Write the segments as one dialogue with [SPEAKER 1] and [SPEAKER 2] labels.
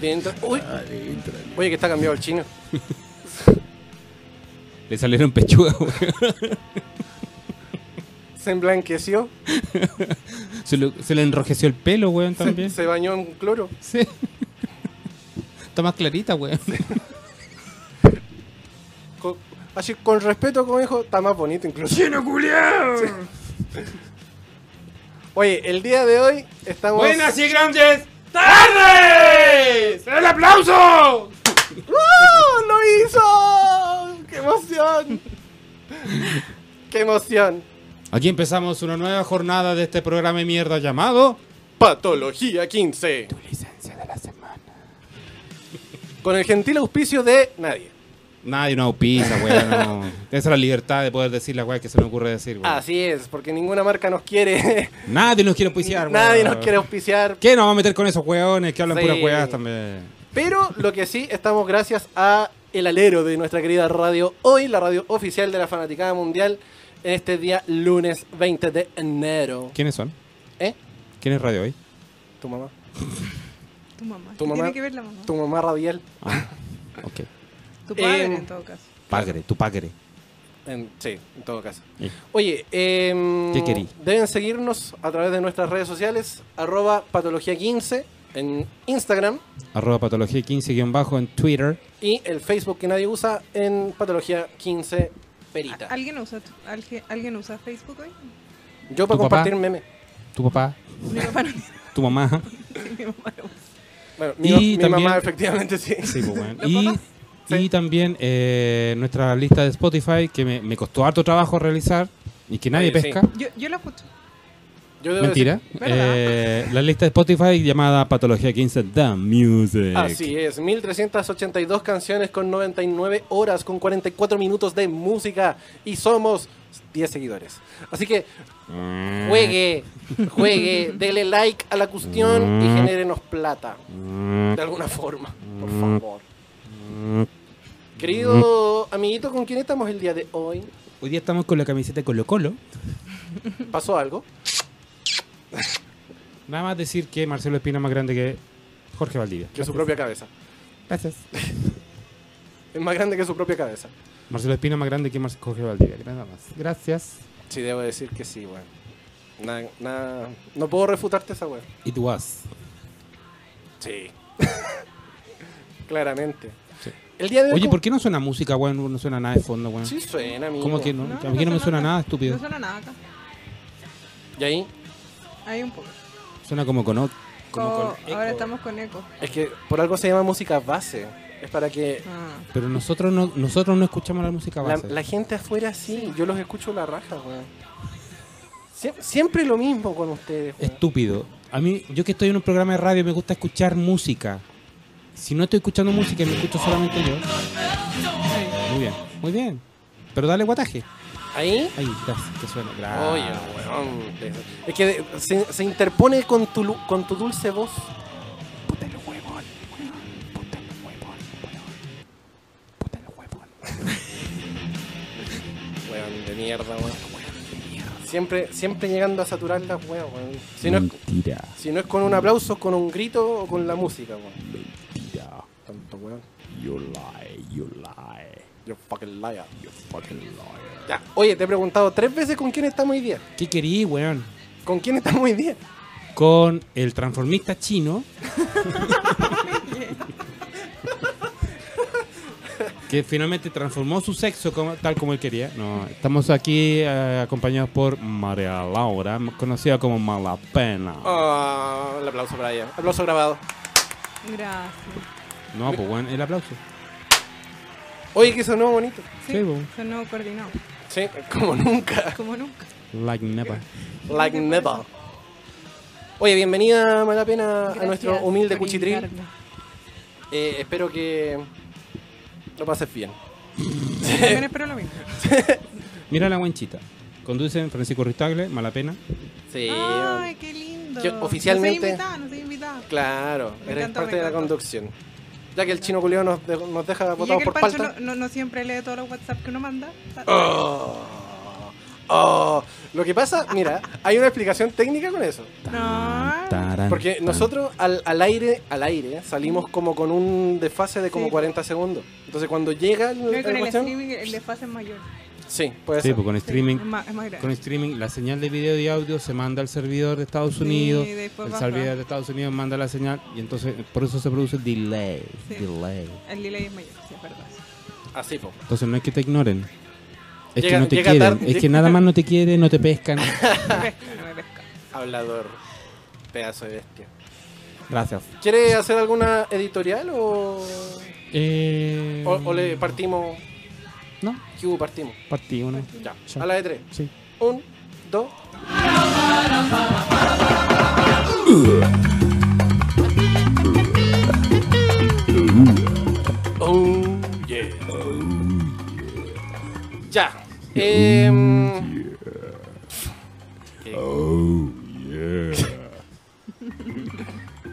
[SPEAKER 1] Dentro. Uy. Oye, que está cambiado el chino.
[SPEAKER 2] Le salieron pechugas, güey.
[SPEAKER 1] Se emblanqueció.
[SPEAKER 2] Se, lo- se le enrojeció el pelo, weón, también.
[SPEAKER 1] Se bañó en cloro.
[SPEAKER 2] Sí. Está más clarita, weón.
[SPEAKER 1] Con- así, con respeto, como dijo, está más bonito incluso. ¡Chino culiao! Oye, el día de hoy estamos.
[SPEAKER 2] y grandes tardes. ¡El aplauso!
[SPEAKER 1] ¡Oh, ¡Lo hizo! ¡Qué emoción! ¡Qué emoción!
[SPEAKER 2] Aquí empezamos una nueva jornada de este programa de mierda llamado...
[SPEAKER 1] Patología 15.
[SPEAKER 2] Licencia de la semana.
[SPEAKER 1] Con el gentil auspicio de nadie.
[SPEAKER 2] Nadie no pisa, weón. no. Esa es la libertad de poder decir la weá que se me ocurre decir, weón.
[SPEAKER 1] Así es, porque ninguna marca nos quiere.
[SPEAKER 2] Nadie nos quiere auspiciar,
[SPEAKER 1] nadie
[SPEAKER 2] weón.
[SPEAKER 1] nos quiere auspiciar.
[SPEAKER 2] ¿Qué nos vamos a meter con esos weones que hablan
[SPEAKER 1] Sí.
[SPEAKER 2] puras weas también?
[SPEAKER 1] Pero lo que sí, estamos gracias a el alero de nuestra querida radio hoy, la radio oficial de la Fanaticada Mundial, en este día lunes 20 de enero.
[SPEAKER 2] ¿Quiénes son?
[SPEAKER 1] ¿Eh?
[SPEAKER 2] ¿Quién es Radio Hoy?
[SPEAKER 1] ¿Tu mamá?
[SPEAKER 3] Tu mamá.
[SPEAKER 1] ¿Tu
[SPEAKER 3] ¿Qué
[SPEAKER 1] mamá?
[SPEAKER 3] Tiene que ver la mamá.
[SPEAKER 1] ¿Tu mamá radial?
[SPEAKER 2] Ah, ok.
[SPEAKER 3] Tu padre,
[SPEAKER 1] Em,
[SPEAKER 3] en todo caso.
[SPEAKER 2] Pagre, tu pagre.
[SPEAKER 1] En- sí, en todo caso.
[SPEAKER 2] Eh.
[SPEAKER 1] Oye, em,
[SPEAKER 2] ¿Qué querí?
[SPEAKER 1] deben seguirnos a través de nuestras redes sociales, arroba patología15 en Instagram
[SPEAKER 2] Arroba patología 15 guión bajo en Twitter.
[SPEAKER 1] y el Facebook que nadie usa en patología15 perita.
[SPEAKER 3] ¿Alguien usa, tu- alge- ¿Alguien usa Facebook hoy?
[SPEAKER 1] Yo para
[SPEAKER 2] ¿Tu papá?
[SPEAKER 1] compartir meme.
[SPEAKER 2] Tu papá,
[SPEAKER 3] Mi papá no tiene,
[SPEAKER 2] tu mamá.
[SPEAKER 3] mi mamá no usa.
[SPEAKER 1] Bueno, mi,
[SPEAKER 2] Y
[SPEAKER 1] ma- mi
[SPEAKER 2] también-
[SPEAKER 1] mamá efectivamente sí.
[SPEAKER 2] Sí, pues, weón.
[SPEAKER 3] ¿Los
[SPEAKER 2] Y,
[SPEAKER 3] papás?
[SPEAKER 1] Sí.
[SPEAKER 2] y también eh, nuestra lista de Spotify que me, me costó harto trabajo realizar y que nadie
[SPEAKER 1] Oye, sí.
[SPEAKER 2] pesca.
[SPEAKER 3] Yo, yo la escucho.
[SPEAKER 1] Yo debo
[SPEAKER 2] Mentira.
[SPEAKER 1] decir-
[SPEAKER 3] ¿Verdad?
[SPEAKER 2] Eh, la lista de Spotify llamada Patología 15 The Music.
[SPEAKER 1] Así es, 1382 canciones con 99 horas, con 44 minutos de música y somos 10 seguidores. Así que
[SPEAKER 2] Mm,
[SPEAKER 1] juegue, juegue, dele like a la cuestión y genérenos plata.
[SPEAKER 2] mm,
[SPEAKER 1] De alguna forma, por favor.
[SPEAKER 2] Mm.
[SPEAKER 1] Querido amiguito, ¿con quién estamos el día de hoy?
[SPEAKER 2] Hoy día estamos con la camiseta de Colo Colo.
[SPEAKER 1] ¿Pasó algo?
[SPEAKER 2] Nada más decir que Marcelo Espina es más grande que Jorge Valdivia.
[SPEAKER 1] Que su propia cabeza.
[SPEAKER 2] Gracias.
[SPEAKER 1] Es más grande que su propia cabeza.
[SPEAKER 2] Marcelo Espina es más grande que Mar- Jorge Valdivia. Nada más. Gracias.
[SPEAKER 1] Sí, debo decir que sí, weón. Nada, nada- no puedo refutarte esa weón.
[SPEAKER 2] It was.
[SPEAKER 1] Sí. Claramente.
[SPEAKER 2] Sí.
[SPEAKER 1] El día de hoy.
[SPEAKER 2] Oye,
[SPEAKER 1] como-
[SPEAKER 2] ¿por qué no suena música, weón? No suena nada de fondo, weón.
[SPEAKER 1] Sí suena, amigo.
[SPEAKER 2] ¿Cómo que no?
[SPEAKER 3] No,
[SPEAKER 2] a mí que no me suena nada, estúpido.
[SPEAKER 3] No suena nada acá.
[SPEAKER 1] Y ahí,
[SPEAKER 3] Hay un poco.
[SPEAKER 2] Suena como con... o- Como
[SPEAKER 3] Co-
[SPEAKER 2] con eco.
[SPEAKER 3] ahora estamos con eco.
[SPEAKER 1] es que por algo se llama música base. Es para que
[SPEAKER 3] Ah.
[SPEAKER 2] Pero nosotros no, nosotros no escuchamos la música
[SPEAKER 1] la,
[SPEAKER 2] base.
[SPEAKER 1] la gente afuera sí. Yo los escucho la raja, weón. Sie- siempre lo mismo con ustedes, weón.
[SPEAKER 2] Estúpido. A mí, yo que estoy en un programa de radio, me gusta escuchar música. Si no estoy escuchando música, me escucho solamente yo. Muy bien, muy bien. Pero dale guataje.
[SPEAKER 1] Ahí.
[SPEAKER 2] Ahí, gracias, que suena. Gracias.
[SPEAKER 1] Oye, weón. Es que de- se, se interpone con tu, lu- con tu dulce voz. Weón de mierda, weón. Siempre, siempre llegando a saturar las weas, weón. Si no, es,
[SPEAKER 2] Mentira,
[SPEAKER 1] si no es con un aplauso, es con un grito o con la música, weón.
[SPEAKER 2] mentira.
[SPEAKER 1] Tanto weón.
[SPEAKER 2] You lie, you lie,
[SPEAKER 1] Yo fucking liar.
[SPEAKER 2] you fucking liar.
[SPEAKER 1] Ya. Oye, te he preguntado tres veces con quién estamos hoy día.
[SPEAKER 2] ¿Qué querí, weón?
[SPEAKER 1] ¿Con quién estamos hoy día?
[SPEAKER 2] Con el transformista chino. que finalmente transformó su sexo como- tal como él quería. No, estamos aquí eh, acompañados por María Laura, conocida como Malapena.
[SPEAKER 1] Ah, el aplauso para ella. Aplauso grabado.
[SPEAKER 3] Gracias.
[SPEAKER 2] No, pues bueno, el aplauso.
[SPEAKER 1] Oye, que sonó bonito.
[SPEAKER 2] Sí,
[SPEAKER 3] Sí,
[SPEAKER 2] pues, bo.
[SPEAKER 3] sonó coordinado.
[SPEAKER 1] Sí, como nunca.
[SPEAKER 3] Como nunca.
[SPEAKER 2] Like never.
[SPEAKER 1] Like never. Oye, bienvenida, mala pena, a
[SPEAKER 3] Gracias
[SPEAKER 1] nuestro humilde
[SPEAKER 3] por
[SPEAKER 1] cuchitril.
[SPEAKER 3] invitarme.
[SPEAKER 1] Eh, espero que lo pases bien.
[SPEAKER 3] También espero lo mismo.
[SPEAKER 2] Mira la guanchita. Conducen Francisco Ristagle, Malapena.
[SPEAKER 1] Sí.
[SPEAKER 3] Ay, qué lindo.
[SPEAKER 1] Eh, Yo oficialmente-
[SPEAKER 3] No soy invitada, no soy invitada.
[SPEAKER 1] Claro,
[SPEAKER 3] Me
[SPEAKER 1] eres
[SPEAKER 3] encanta,
[SPEAKER 1] parte
[SPEAKER 3] me
[SPEAKER 1] de la
[SPEAKER 3] encanta.
[SPEAKER 1] conducción. Ya que el chino culeo nos, de- nos deja
[SPEAKER 3] Y ya
[SPEAKER 1] votados
[SPEAKER 3] que el
[SPEAKER 1] por
[SPEAKER 3] Pancho
[SPEAKER 1] palta.
[SPEAKER 3] no, no, no siempre lee todos los WhatsApp que uno manda.
[SPEAKER 1] Oh, oh. Lo que pasa, mira, hay una explicación técnica con eso.
[SPEAKER 3] No,
[SPEAKER 2] Tarán,
[SPEAKER 1] Porque
[SPEAKER 2] tan.
[SPEAKER 1] nosotros al, al aire, al aire, ¿eh? salimos como con un desfase de como
[SPEAKER 3] Sí.
[SPEAKER 1] 40 segundos. Entonces cuando llega el,
[SPEAKER 3] Creo que con
[SPEAKER 1] la
[SPEAKER 3] el
[SPEAKER 1] cuestión-
[SPEAKER 3] streaming el desfase es mayor. Sí,
[SPEAKER 1] sí, puede
[SPEAKER 2] Sí,
[SPEAKER 1] ser.
[SPEAKER 2] pues con streaming.
[SPEAKER 3] es más, es más grave.
[SPEAKER 2] Con streaming, la señal de video y audio se manda al servidor de Estados
[SPEAKER 3] Sí,
[SPEAKER 2] Unidos.
[SPEAKER 3] después
[SPEAKER 2] el
[SPEAKER 3] baja.
[SPEAKER 2] servidor de Estados Unidos manda la señal y entonces por eso se produce el delay.
[SPEAKER 3] Sí.
[SPEAKER 2] delay.
[SPEAKER 3] El delay es mayor, sí, es verdad.
[SPEAKER 1] Así, pues.
[SPEAKER 2] Entonces no es que te ignoren. Es
[SPEAKER 1] Llega-
[SPEAKER 2] que no te
[SPEAKER 1] llega
[SPEAKER 2] quieren.
[SPEAKER 1] tarde.
[SPEAKER 2] Es que nada más no te quieren, no te pescan.
[SPEAKER 3] No me pesca, no me pesca.
[SPEAKER 1] Hablador. Pedazo de bestia.
[SPEAKER 2] Gracias.
[SPEAKER 1] ¿Quiere hacer alguna editorial o,
[SPEAKER 2] Eh,
[SPEAKER 1] o, o le partimos?
[SPEAKER 2] No,
[SPEAKER 1] ¿Qué hubo? Partimos.
[SPEAKER 2] partí uno.
[SPEAKER 1] Ya.
[SPEAKER 2] Ya.
[SPEAKER 1] A la de tres.
[SPEAKER 2] Sí.
[SPEAKER 1] Un, dos. Oh, yeah. Ya. Em, qué,
[SPEAKER 4] Oh yeah.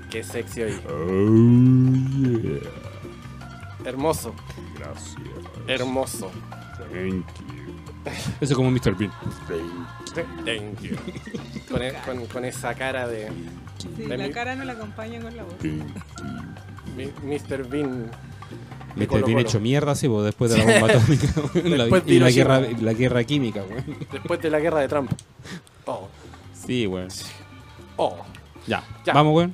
[SPEAKER 1] qué sexy hoy.
[SPEAKER 4] Oh yeah.
[SPEAKER 1] Hermoso,
[SPEAKER 4] Gracias.
[SPEAKER 1] hermoso.
[SPEAKER 4] Thank you.
[SPEAKER 2] Eso como Mr. Bean.
[SPEAKER 4] Thank
[SPEAKER 1] Thank you. Con, e- con- con esa cara de
[SPEAKER 3] Sí,
[SPEAKER 1] De
[SPEAKER 3] la
[SPEAKER 1] mí.
[SPEAKER 3] cara no la acompaña con la voz.
[SPEAKER 4] you.
[SPEAKER 1] mi- Mr. Bean. de
[SPEAKER 2] Mr. Bean
[SPEAKER 1] Colo-Colo.
[SPEAKER 2] hecho mierda, sí, pues, después de la bomba atómica. weón, la,
[SPEAKER 1] Después de
[SPEAKER 2] y la
[SPEAKER 1] Hiroshima.
[SPEAKER 2] guerra, la guerra química, weón.
[SPEAKER 1] Después de la guerra de Trump. Oh,
[SPEAKER 2] Sí, weón.
[SPEAKER 1] oh.
[SPEAKER 2] Ya.
[SPEAKER 1] Ya.
[SPEAKER 2] Vamos, weón.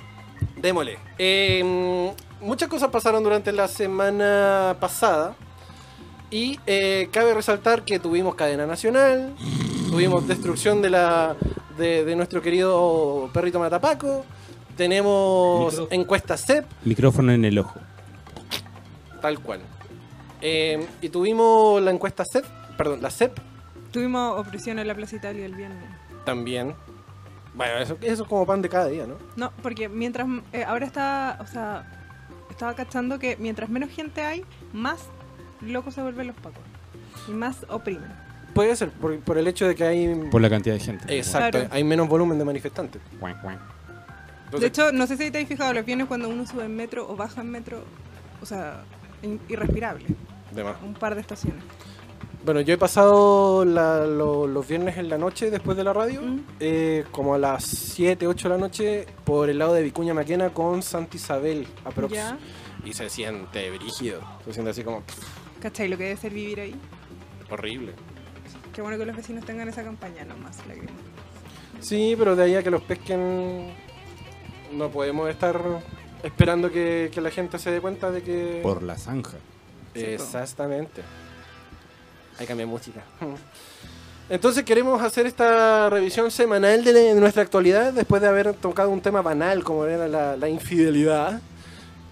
[SPEAKER 1] Démosle. Eh, muchas cosas pasaron durante la semana pasada. Y eh, cabe resaltar que tuvimos cadena nacional, tuvimos destrucción de la de, de nuestro querido perrito Matapaco, tenemos
[SPEAKER 2] Micro.
[SPEAKER 1] encuesta CEP,
[SPEAKER 2] Micrófono en el ojo.
[SPEAKER 1] tal cual. Eh, y tuvimos la encuesta CEP, perdón, la E CEP
[SPEAKER 3] Tuvimos opresión en la Plaza Italia el viernes.
[SPEAKER 1] también. Bueno, eso, eso es como pan de cada día, ¿no?
[SPEAKER 3] No, porque mientras. eh, ahora está. O sea, estaba cachando que mientras menos gente hay, más locos se vuelven los pacos. Y más oprimen.
[SPEAKER 1] Puede ser, por, por el hecho de que hay...
[SPEAKER 2] Por la cantidad de gente.
[SPEAKER 1] Exacto,
[SPEAKER 3] Claro.
[SPEAKER 1] hay menos volumen de manifestantes.
[SPEAKER 2] Guau, guau.
[SPEAKER 1] Entonces,
[SPEAKER 3] De hecho, no sé si te has fijado, los viernes cuando uno sube en metro o baja en metro, o sea, in- irrespirable.
[SPEAKER 1] de más.
[SPEAKER 3] Un par de estaciones.
[SPEAKER 1] Bueno, yo he pasado la- lo- los viernes en la noche después de la radio,
[SPEAKER 3] Mm.
[SPEAKER 1] eh, como a las 7, 8 de la noche, por el lado de Vicuña Maquena con Santa Isabel, aprox.
[SPEAKER 3] ¿Ya?
[SPEAKER 1] Y se siente brígido, se siente así como pff,
[SPEAKER 3] ¿Cachai? Lo que debe ser vivir ahí.
[SPEAKER 1] horrible.
[SPEAKER 3] Qué bueno que los vecinos tengan esa campaña nomás, la crema.
[SPEAKER 1] Sí, pero de ahí a que los pesquen, no podemos estar esperando que, que la gente se dé cuenta de que...
[SPEAKER 2] Por la zanja.
[SPEAKER 1] Exactamente. Hay que cambiar música. Entonces queremos hacer esta revisión semanal de, la- de nuestra actualidad después de haber tocado un tema banal como era la, la infidelidad.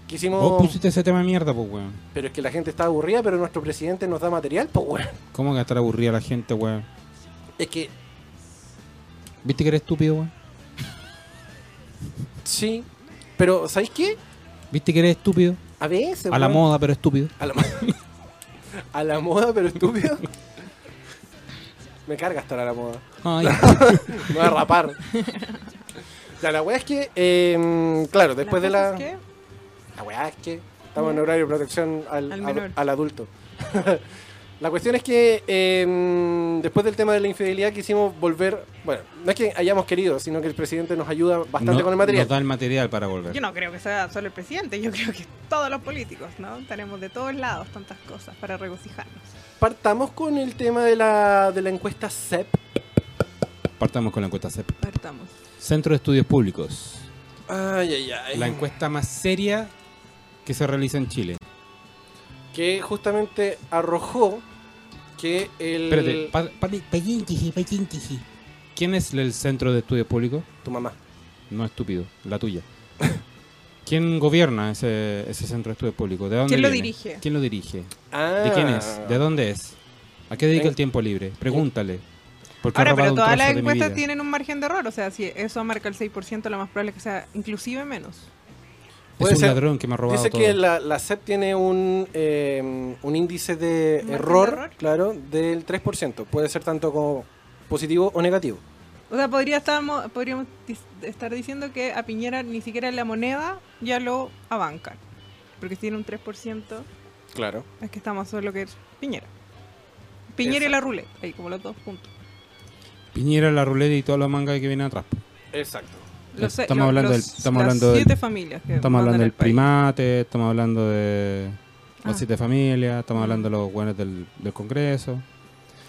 [SPEAKER 1] Quisimos...
[SPEAKER 2] Vos pusiste ese tema de mierda, pues, weón.
[SPEAKER 1] Pero es que la gente está aburrida, pero nuestro presidente nos da material, pues weón.
[SPEAKER 2] ¿Cómo gastar aburrida la gente, weón?
[SPEAKER 1] Es que
[SPEAKER 2] ¿Viste que eres estúpido, weón?
[SPEAKER 1] sí, pero ¿sabéis qué?
[SPEAKER 2] ¿Viste que eres estúpido?
[SPEAKER 1] A veces...
[SPEAKER 2] A la
[SPEAKER 1] weón.
[SPEAKER 2] moda, pero estúpido.
[SPEAKER 1] A la, mo- a la moda, pero estúpido. Me carga estar a la moda.
[SPEAKER 2] Ay,
[SPEAKER 1] Me voy a rapar. Ya, la weá es que, eh, claro, después de
[SPEAKER 3] cosa
[SPEAKER 1] la.
[SPEAKER 3] es que
[SPEAKER 1] La weá es que. Estamos en horario de protección al,
[SPEAKER 3] Al
[SPEAKER 1] ad-
[SPEAKER 3] menor.
[SPEAKER 1] al adulto. la cuestión es que eh, después del tema de la infidelidad quisimos volver. Bueno, no es que hayamos querido, sino que el presidente nos ayuda bastante
[SPEAKER 2] No-
[SPEAKER 1] con el material.
[SPEAKER 2] Nos da el material para volver.
[SPEAKER 3] Yo no creo que sea solo el presidente, yo creo que todos los políticos, ¿no? Tenemos de todos lados tantas cosas para regocijarnos.
[SPEAKER 1] Partamos con el tema de la, de la encuesta E CEP.
[SPEAKER 2] Partamos con la encuesta CEP.
[SPEAKER 3] Partamos.
[SPEAKER 2] Centro de Estudios Públicos.
[SPEAKER 1] Ay, ay, ay.
[SPEAKER 2] La encuesta más seria que se realiza en Chile.
[SPEAKER 1] que justamente arrojó que el.
[SPEAKER 2] Espérate, pa- pa- payinquiji, payinquiji. ¿Quién es el Centro de Estudios Públicos?
[SPEAKER 1] tu mamá.
[SPEAKER 2] No estúpido, la tuya. ¿Quién gobierna ese, ese Centro de Estudios Públicos? ¿De dónde
[SPEAKER 3] ¿Quién lo
[SPEAKER 2] viene?
[SPEAKER 3] dirige?
[SPEAKER 2] ¿Quién lo dirige?
[SPEAKER 1] Ah.
[SPEAKER 2] ¿De quién es? ¿De dónde es? ¿A qué dedica
[SPEAKER 1] Ten-
[SPEAKER 2] el tiempo libre? Pregúntale. Porque ha
[SPEAKER 3] Eh, Ahora,
[SPEAKER 2] robado
[SPEAKER 3] pero
[SPEAKER 2] un
[SPEAKER 3] todas
[SPEAKER 2] trozo
[SPEAKER 3] las
[SPEAKER 2] de mi
[SPEAKER 3] encuestas
[SPEAKER 2] vida.
[SPEAKER 3] tienen un margen de error, o sea, si eso marca el 6%, lo más probable es que sea inclusive menos.
[SPEAKER 1] Puede
[SPEAKER 2] Es un
[SPEAKER 1] ser.
[SPEAKER 2] ladrón que me ha robado
[SPEAKER 1] Dice
[SPEAKER 2] todo.
[SPEAKER 1] que la, la CEP tiene un, eh, un índice de
[SPEAKER 3] ¿Un margen de
[SPEAKER 1] error,
[SPEAKER 3] error?
[SPEAKER 1] claro, del 3%. Puede ser tanto como positivo o negativo.
[SPEAKER 3] O sea, podría estarmo- podríamos dis- estar diciendo que a Piñera ni siquiera en la moneda ya lo abancan. Porque si tiene un 3%,
[SPEAKER 1] Claro.
[SPEAKER 3] es que está más solo que Piñera. Piñera y la ruleta, ahí como los dos puntos.
[SPEAKER 2] Piñera, la ruleta y todos los mangas que vienen atrás.
[SPEAKER 1] Exacto.
[SPEAKER 3] Los se-
[SPEAKER 2] Estamos
[SPEAKER 3] lo-
[SPEAKER 2] hablando
[SPEAKER 3] los-
[SPEAKER 2] del- estamos
[SPEAKER 3] las
[SPEAKER 2] hablando del-
[SPEAKER 3] siete familias que
[SPEAKER 2] Estamos
[SPEAKER 3] mandan
[SPEAKER 2] hablando
[SPEAKER 3] el
[SPEAKER 2] del
[SPEAKER 3] país.
[SPEAKER 2] primate, estamos hablando de las
[SPEAKER 3] Ah.
[SPEAKER 2] siete familias, estamos hablando de los buenos del, del Congreso.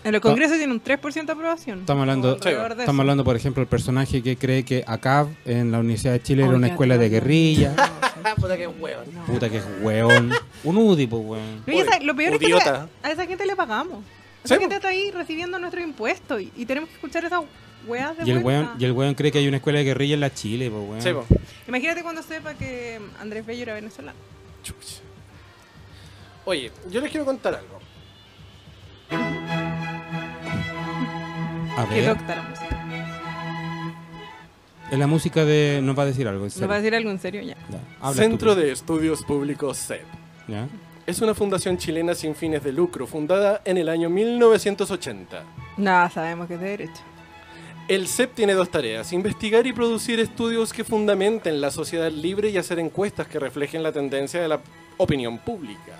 [SPEAKER 3] En el Congreso tiene un 3% de aprobación.
[SPEAKER 2] Estamos hablando-
[SPEAKER 3] Como alrededor de
[SPEAKER 2] Estamos
[SPEAKER 3] eso.
[SPEAKER 2] hablando, por ejemplo, del personaje que cree que ACAB en la Universidad de Chile era
[SPEAKER 3] Oye,
[SPEAKER 2] una escuela de
[SPEAKER 3] acá no.
[SPEAKER 2] guerrilla.
[SPEAKER 1] Ah, puta que hueón.
[SPEAKER 3] No.
[SPEAKER 2] Puta que es hueón. Un UDI, pues, weón.
[SPEAKER 3] Oye, esa- lo peor es que le-
[SPEAKER 1] Idiota.
[SPEAKER 3] a esa gente le pagamos. Esa
[SPEAKER 1] Sí,
[SPEAKER 3] gente
[SPEAKER 1] po.
[SPEAKER 3] está ahí recibiendo nuestro impuesto y, y tenemos que escuchar esas weas de
[SPEAKER 2] Y el
[SPEAKER 3] vuelta.
[SPEAKER 2] weón, y el weón cree que hay una escuela de guerrilla en la Chile, pues, weón.
[SPEAKER 1] Sí, po.
[SPEAKER 3] Imagínate cuando sepa que Andrés Bello era venezolano.
[SPEAKER 1] Chucha. Oye, yo les quiero contar algo.
[SPEAKER 2] A
[SPEAKER 3] Que
[SPEAKER 2] ver,
[SPEAKER 3] docta la música.
[SPEAKER 2] en la música de... Nos va a decir algo, en
[SPEAKER 3] ¿Nos
[SPEAKER 2] serio.
[SPEAKER 3] va a decir algo en serio ya?
[SPEAKER 2] Ya, habla
[SPEAKER 1] Centro
[SPEAKER 2] tú,
[SPEAKER 1] de Estudios Públicos CEP.
[SPEAKER 2] pues. Ya.
[SPEAKER 1] Es una fundación chilena sin fines de lucro, fundada en el año 1980.
[SPEAKER 3] Nada, sabemos que es de derecho.
[SPEAKER 1] El CEP tiene dos tareas, investigar y producir estudios que fundamenten la sociedad libre y hacer encuestas que reflejen la tendencia de la opinión pública.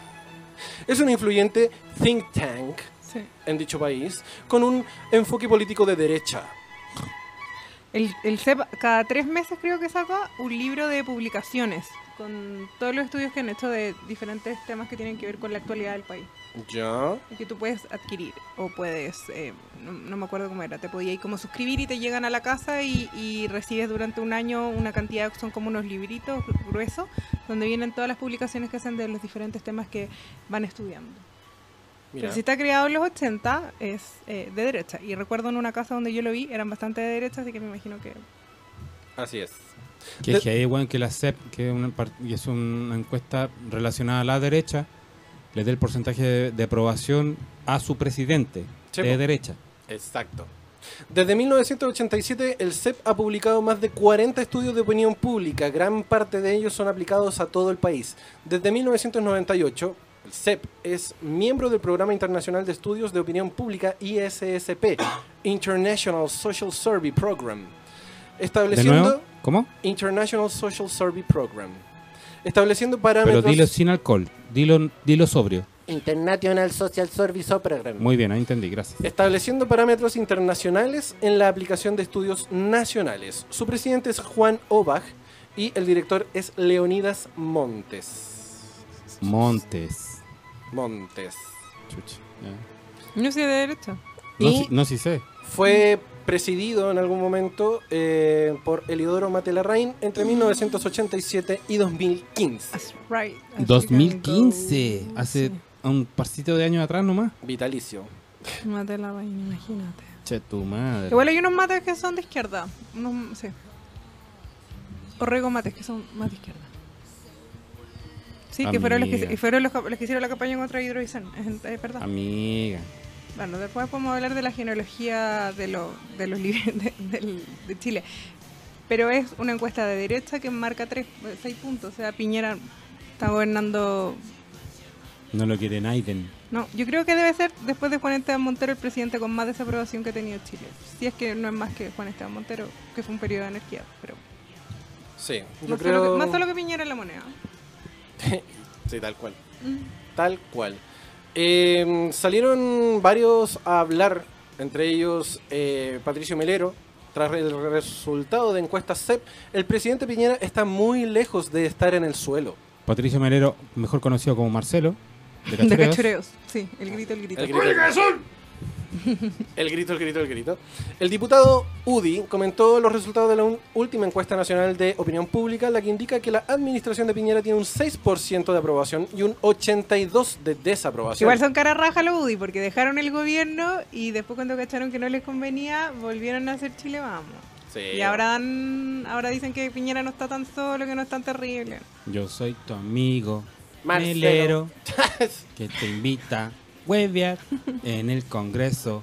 [SPEAKER 1] Es un influyente think tank
[SPEAKER 3] Sí.
[SPEAKER 1] en dicho país, con un enfoque político de derecha.
[SPEAKER 3] El, el CEP cada tres meses creo que saca un libro de publicaciones con todos los estudios que han hecho de diferentes temas que tienen que ver con la actualidad del país
[SPEAKER 1] ¿Ya?
[SPEAKER 3] y que tú puedes adquirir o puedes, eh, no, no me acuerdo cómo era, te podías como suscribir y te llegan a la casa y, y recibes durante un año una cantidad, son como unos libritos gruesos donde vienen todas las publicaciones que hacen de los diferentes temas que van estudiando.
[SPEAKER 1] Mira.
[SPEAKER 3] Pero si está creado en los 80 es eh, de derecha y recuerdo en una casa donde yo lo vi eran bastante de derecha así que me imagino que
[SPEAKER 1] Así es.
[SPEAKER 2] Que
[SPEAKER 1] De-
[SPEAKER 2] es que hay, weón, que la CEP, que es una, par- y es una encuesta relacionada a la derecha, le dé el porcentaje de, de aprobación a su presidente
[SPEAKER 1] Sí,
[SPEAKER 2] de
[SPEAKER 1] po.
[SPEAKER 2] derecha.
[SPEAKER 1] Exacto. Desde 1987, el CEP ha publicado más de 40 estudios de opinión pública. Gran parte de ellos son aplicados a todo el país. Desde 1998, el CEP es miembro del Programa Internacional de Estudios de Opinión Pública ISSP, International Social Survey Program.
[SPEAKER 2] ¿De
[SPEAKER 1] Estableciendo
[SPEAKER 2] nuevo? ¿Cómo?
[SPEAKER 1] International Social Survey Program. Estableciendo
[SPEAKER 2] Pero
[SPEAKER 1] parámetros
[SPEAKER 2] dilo sin alcohol, dilo, dilo sobrio.
[SPEAKER 1] International Social Service Program.
[SPEAKER 2] Muy bien, ahí entendí, gracias.
[SPEAKER 1] estableciendo parámetros internacionales en la aplicación de estudios nacionales. Su presidente es Juan Obach y el director es Leonidas Montes.
[SPEAKER 2] Montes.
[SPEAKER 1] Montes.
[SPEAKER 2] Chucha, ya.
[SPEAKER 3] Yo soy de derecha.
[SPEAKER 2] No,
[SPEAKER 1] Y-
[SPEAKER 2] si- no si sé.
[SPEAKER 1] Fue presidido en algún momento eh, por Eliodoro Matelarraín entre 1987 y 2015.
[SPEAKER 3] That's right. Así
[SPEAKER 2] 2015,
[SPEAKER 3] que-
[SPEAKER 2] hace un parcito de años atrás nomás.
[SPEAKER 1] Vitalicio.
[SPEAKER 3] Sí, Mate la vaina, imagínate.
[SPEAKER 2] Che, tu madre.
[SPEAKER 3] Igual hay unos mates que son de izquierda. Unos, sí. Orrego mates que son más de izquierda. Sí, que fueron los que,
[SPEAKER 2] Amiga.
[SPEAKER 3] fueron los, los que hicieron la campaña contra Hidrovisión. Es, es verdad.
[SPEAKER 2] Amiga.
[SPEAKER 3] eh, Bueno, después podemos hablar de la genealogía de, lo- de los libres de, del- de Chile. Pero es una encuesta de derecha que marca tres, eh, seis puntos. O sea, Piñera está gobernando
[SPEAKER 2] No lo quiere Naiden.
[SPEAKER 3] No, yo creo que debe ser después de Juan Esteban Montero el presidente con más desaprobación que ha tenido Chile. Si es que no es más que Juan Esteban Montero, que fue un periodo de anarquía, pero
[SPEAKER 1] Sí, yo
[SPEAKER 3] más, solo
[SPEAKER 1] creo...
[SPEAKER 3] que, más solo que Piñera en la moneda.
[SPEAKER 1] Sí, tal cual. Tal cual. Eh, salieron varios a hablar, entre ellos eh, Patricio Melero. Tras el resultado de encuestas CEP, el presidente Piñera está muy lejos de estar en el suelo.
[SPEAKER 2] Patricio Melero, mejor conocido como Marcelo. De
[SPEAKER 3] De
[SPEAKER 2] Cachureos.
[SPEAKER 3] cachureos, sí, el grito, el grito.
[SPEAKER 1] El grito, el grito, el grito, el grito. El diputado Udi comentó los resultados de la un- última encuesta nacional de opinión pública, la que indica que la administración de Piñera tiene un 6% de aprobación y un 82% de desaprobación.
[SPEAKER 3] Igual son cara raja los UDI, porque dejaron el gobierno y después cuando cacharon que no les convenía, volvieron a hacer Chile Vamos.
[SPEAKER 1] Sí.
[SPEAKER 3] Y ahora, dan- ahora dicen que Piñera no está tan solo, que no es tan terrible.
[SPEAKER 2] Yo soy tu amigo.
[SPEAKER 1] Marcelo.
[SPEAKER 2] Melero. que te invita a huevear en el Congreso.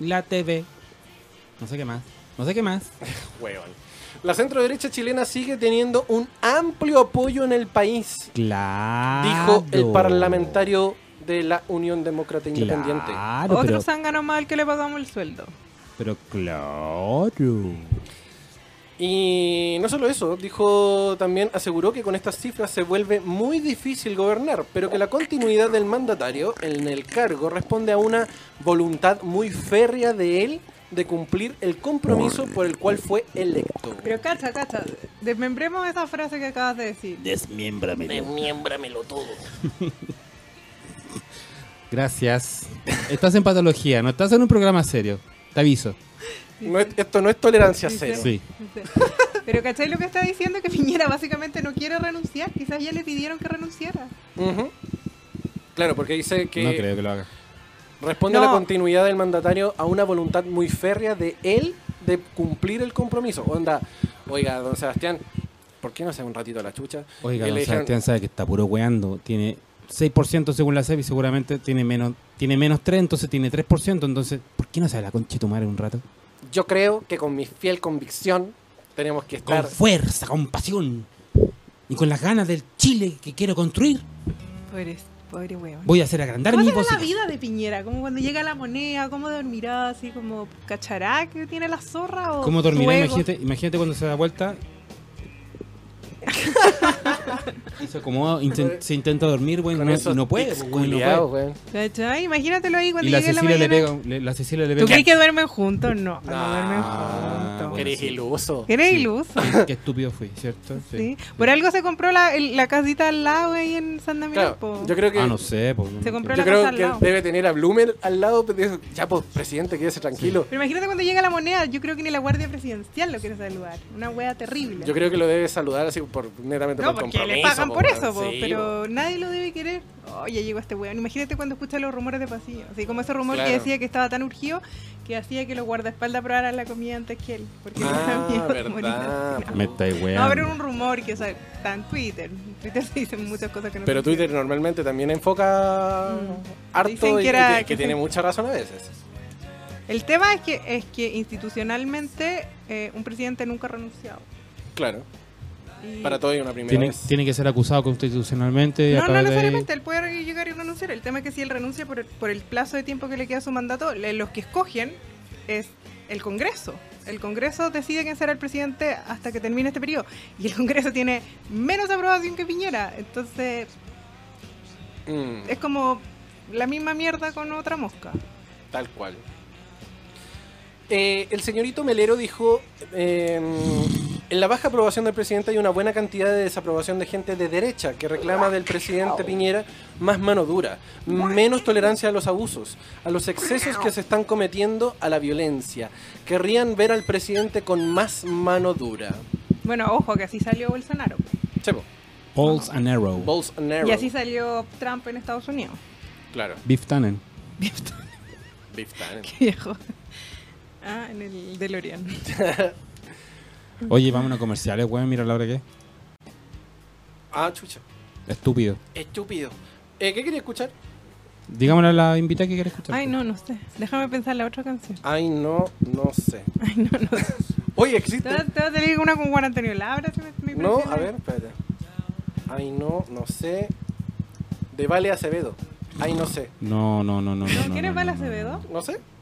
[SPEAKER 2] La TV. No sé qué más. No sé qué más.
[SPEAKER 1] Hueón. La centro derecha chilena sigue teniendo un amplio apoyo en el país,
[SPEAKER 2] Claro.
[SPEAKER 1] dijo el parlamentario de la Unión Demócrata Independiente.
[SPEAKER 2] Claro,
[SPEAKER 3] Otro
[SPEAKER 2] Ah, pero,
[SPEAKER 3] zángano más al que le pagamos el sueldo.
[SPEAKER 2] pero claro.
[SPEAKER 1] Y no solo eso, dijo también, aseguró que con estas cifras se vuelve muy difícil gobernar, pero que la continuidad del mandatario en el cargo responde a una voluntad muy férrea de él de cumplir el compromiso por el cual fue electo.
[SPEAKER 3] Pero cacha, cacha, desmembremos esa frase que acabas de decir.
[SPEAKER 5] Desmiémbramelo.
[SPEAKER 1] Desmiémbramelo todo.
[SPEAKER 2] Gracias. Estás en patología, no estás en un programa serio. Te aviso.
[SPEAKER 1] No es- esto no es tolerancia
[SPEAKER 3] Sí, sí.
[SPEAKER 1] cero.
[SPEAKER 2] Sí.
[SPEAKER 3] Pero ¿cachai lo que está diciendo? Que Piñera básicamente no quiere renunciar. Quizás ya le pidieron que renunciara.
[SPEAKER 1] Ujú. Claro, porque dice que
[SPEAKER 2] No creo que lo haga.
[SPEAKER 1] responde a la
[SPEAKER 3] No.
[SPEAKER 1] continuidad del mandatario a una voluntad muy férrea de él de cumplir el compromiso. Onda, oiga, don Sebastián, ¿por qué no hace un ratito a la chucha?
[SPEAKER 2] Oiga,
[SPEAKER 1] Y le
[SPEAKER 2] don
[SPEAKER 1] dijeron,
[SPEAKER 2] Sebastián sabe que está puro weando. Tiene 6% según la CEP y seguramente tiene menos, tiene menos 3, entonces tiene 3%. Entonces, ¿por qué no sale la concha de tu madre un rato?
[SPEAKER 1] Yo creo que con mi fiel convicción tenemos que
[SPEAKER 2] Con
[SPEAKER 1] estar
[SPEAKER 2] fuerza, con pasión y con las ganas del Chile que quiero construir,
[SPEAKER 3] Pobre, pobre huevón.
[SPEAKER 2] voy a hacer agrandar
[SPEAKER 3] ¿Cómo
[SPEAKER 2] mi
[SPEAKER 3] será
[SPEAKER 2] voz.
[SPEAKER 3] la vida de Piñera? Como cuando llega la moneda, cómo dormirá, así como cachará que tiene la zorra o
[SPEAKER 2] ¿Cómo dormirá?
[SPEAKER 3] fuego?
[SPEAKER 2] Imagínate, imagínate cuando se da vuelta. Y se acomoda, inten- se intenta dormir, güey,
[SPEAKER 1] con
[SPEAKER 2] no,
[SPEAKER 1] esos
[SPEAKER 2] y no puede.
[SPEAKER 1] tics
[SPEAKER 2] güey, no
[SPEAKER 1] culiaos,
[SPEAKER 2] puede.
[SPEAKER 1] weón.
[SPEAKER 3] ¿Cachai? Imagínatelo ahí cuando
[SPEAKER 2] Y la
[SPEAKER 3] llegue la
[SPEAKER 2] Cecilia le
[SPEAKER 3] mañana.
[SPEAKER 2] pega, le- la Cecilia le
[SPEAKER 3] ¿Tú crees
[SPEAKER 2] pega.
[SPEAKER 3] que duermen juntos? No, no,
[SPEAKER 1] Ah,
[SPEAKER 3] duermen juntos.
[SPEAKER 2] bueno.
[SPEAKER 1] Eres
[SPEAKER 2] sí.
[SPEAKER 1] iluso.
[SPEAKER 3] Eres
[SPEAKER 2] Sí.
[SPEAKER 3] iluso.
[SPEAKER 2] Qué estúpido fui, ¿cierto?
[SPEAKER 3] Sí. Por algo se compró la, el- la casita al lado ahí en San Damián.
[SPEAKER 1] Claro,
[SPEAKER 3] po.
[SPEAKER 1] yo creo que
[SPEAKER 2] Ah, no sé, pues,
[SPEAKER 3] Se compró
[SPEAKER 1] Yo
[SPEAKER 3] la
[SPEAKER 1] creo
[SPEAKER 3] cosa al
[SPEAKER 1] que
[SPEAKER 3] lado.
[SPEAKER 1] debe tener a Blumen al lado, pero dice, ya pues, presidente, quédese tranquilo.
[SPEAKER 3] Pero imagínate cuando llega la moneda, yo creo que ni la guardia presidencial lo quiere saludar. Una wea terrible.
[SPEAKER 1] Yo creo que lo debe saludar así por netamente
[SPEAKER 3] no,
[SPEAKER 1] por
[SPEAKER 3] porque
[SPEAKER 1] compromiso.
[SPEAKER 3] le pagan
[SPEAKER 1] po,
[SPEAKER 3] por
[SPEAKER 1] weón.
[SPEAKER 3] eso, po,
[SPEAKER 1] Sí, po.
[SPEAKER 3] pero nadie lo debe querer. Oye, llegó este weón. Imagínate cuando escucha los rumores de pasillo. Así como ese rumor
[SPEAKER 1] Claro.
[SPEAKER 3] que decía que estaba tan urgido que hacía que los guardaespaldas probaran la comida antes que él. Porque
[SPEAKER 1] Ah,
[SPEAKER 3] tenía miedo de morir
[SPEAKER 1] verdad. pues.
[SPEAKER 3] asesinado.
[SPEAKER 1] po.
[SPEAKER 2] Me estáis
[SPEAKER 3] No,
[SPEAKER 2] weando.
[SPEAKER 3] pero era un rumor que o sea, está en Twitter. En Twitter se dicen muchas cosas que no
[SPEAKER 1] Pero
[SPEAKER 3] son
[SPEAKER 1] Twitter normalmente también enfoca
[SPEAKER 3] Mm. Dicen
[SPEAKER 1] harto y
[SPEAKER 3] que
[SPEAKER 1] que,
[SPEAKER 3] era-
[SPEAKER 1] que
[SPEAKER 3] que
[SPEAKER 1] tiene
[SPEAKER 3] se-
[SPEAKER 1] mucha razón a veces.
[SPEAKER 3] El tema es que, es que institucionalmente eh, un presidente nunca ha renunciado.
[SPEAKER 1] Claro,
[SPEAKER 3] Y-
[SPEAKER 1] para todo hay una primera
[SPEAKER 2] Tiene,
[SPEAKER 1] vez.
[SPEAKER 2] tiene que ser acusado constitucionalmente. y a
[SPEAKER 3] No, no
[SPEAKER 2] través de-
[SPEAKER 3] necesariamente, él puede llegar y renunciar. El tema es que si él renuncia por el, por el plazo de tiempo que le queda a su mandato, le- los que escogen es el Congreso. El Congreso decide quién será el presidente hasta que termine este periodo. Y el Congreso tiene menos aprobación que Piñera. Entonces
[SPEAKER 1] Mm,
[SPEAKER 3] es como la misma mierda con otra mosca.
[SPEAKER 1] tal cual. Eh, el señorito Melero dijo, eh, en la baja aprobación del presidente hay una buena cantidad de desaprobación de gente de derecha que reclama del presidente Piñera más mano dura, menos tolerancia a los abusos, a los excesos que se están cometiendo, a la violencia. Querrían ver al presidente con más mano dura.
[SPEAKER 3] Bueno, ojo, que así salió Bolsonaro.
[SPEAKER 1] Chepo,
[SPEAKER 2] Balls and Arrow.
[SPEAKER 1] Balls and
[SPEAKER 3] Y así
[SPEAKER 1] arrow.
[SPEAKER 3] salió Trump en Estados Unidos.
[SPEAKER 1] Claro,
[SPEAKER 2] Beef Tannen.
[SPEAKER 1] beef talent.
[SPEAKER 3] Qué viejo. Ah, en el DeLorean.
[SPEAKER 2] Oye, vamos a comerciales, weón. Mira la hora que es.
[SPEAKER 1] Ah, chucha.
[SPEAKER 2] Estúpido.
[SPEAKER 1] Estúpido. Eh, ¿Qué quería escuchar?
[SPEAKER 2] Digámosle a la invitada que quiere escuchar.
[SPEAKER 3] Ay, no, no sé. Déjame pensar la otra canción.
[SPEAKER 1] Ay, no, no sé.
[SPEAKER 3] Ay, no, no sé.
[SPEAKER 1] Oye,
[SPEAKER 3] Te
[SPEAKER 1] existe.
[SPEAKER 3] voy a- te voy a salir una con Juan Antonio Labra. si me- me
[SPEAKER 1] No,
[SPEAKER 3] parece
[SPEAKER 1] a
[SPEAKER 3] bien.
[SPEAKER 1] ver, espérate. Ay, no, no sé. De Vale Acevedo. Ay, no sé.
[SPEAKER 2] No, no, no, no. no, no,
[SPEAKER 3] ¿Quién es
[SPEAKER 2] no,
[SPEAKER 3] Val
[SPEAKER 2] no,
[SPEAKER 3] Acevedo?
[SPEAKER 1] No sé.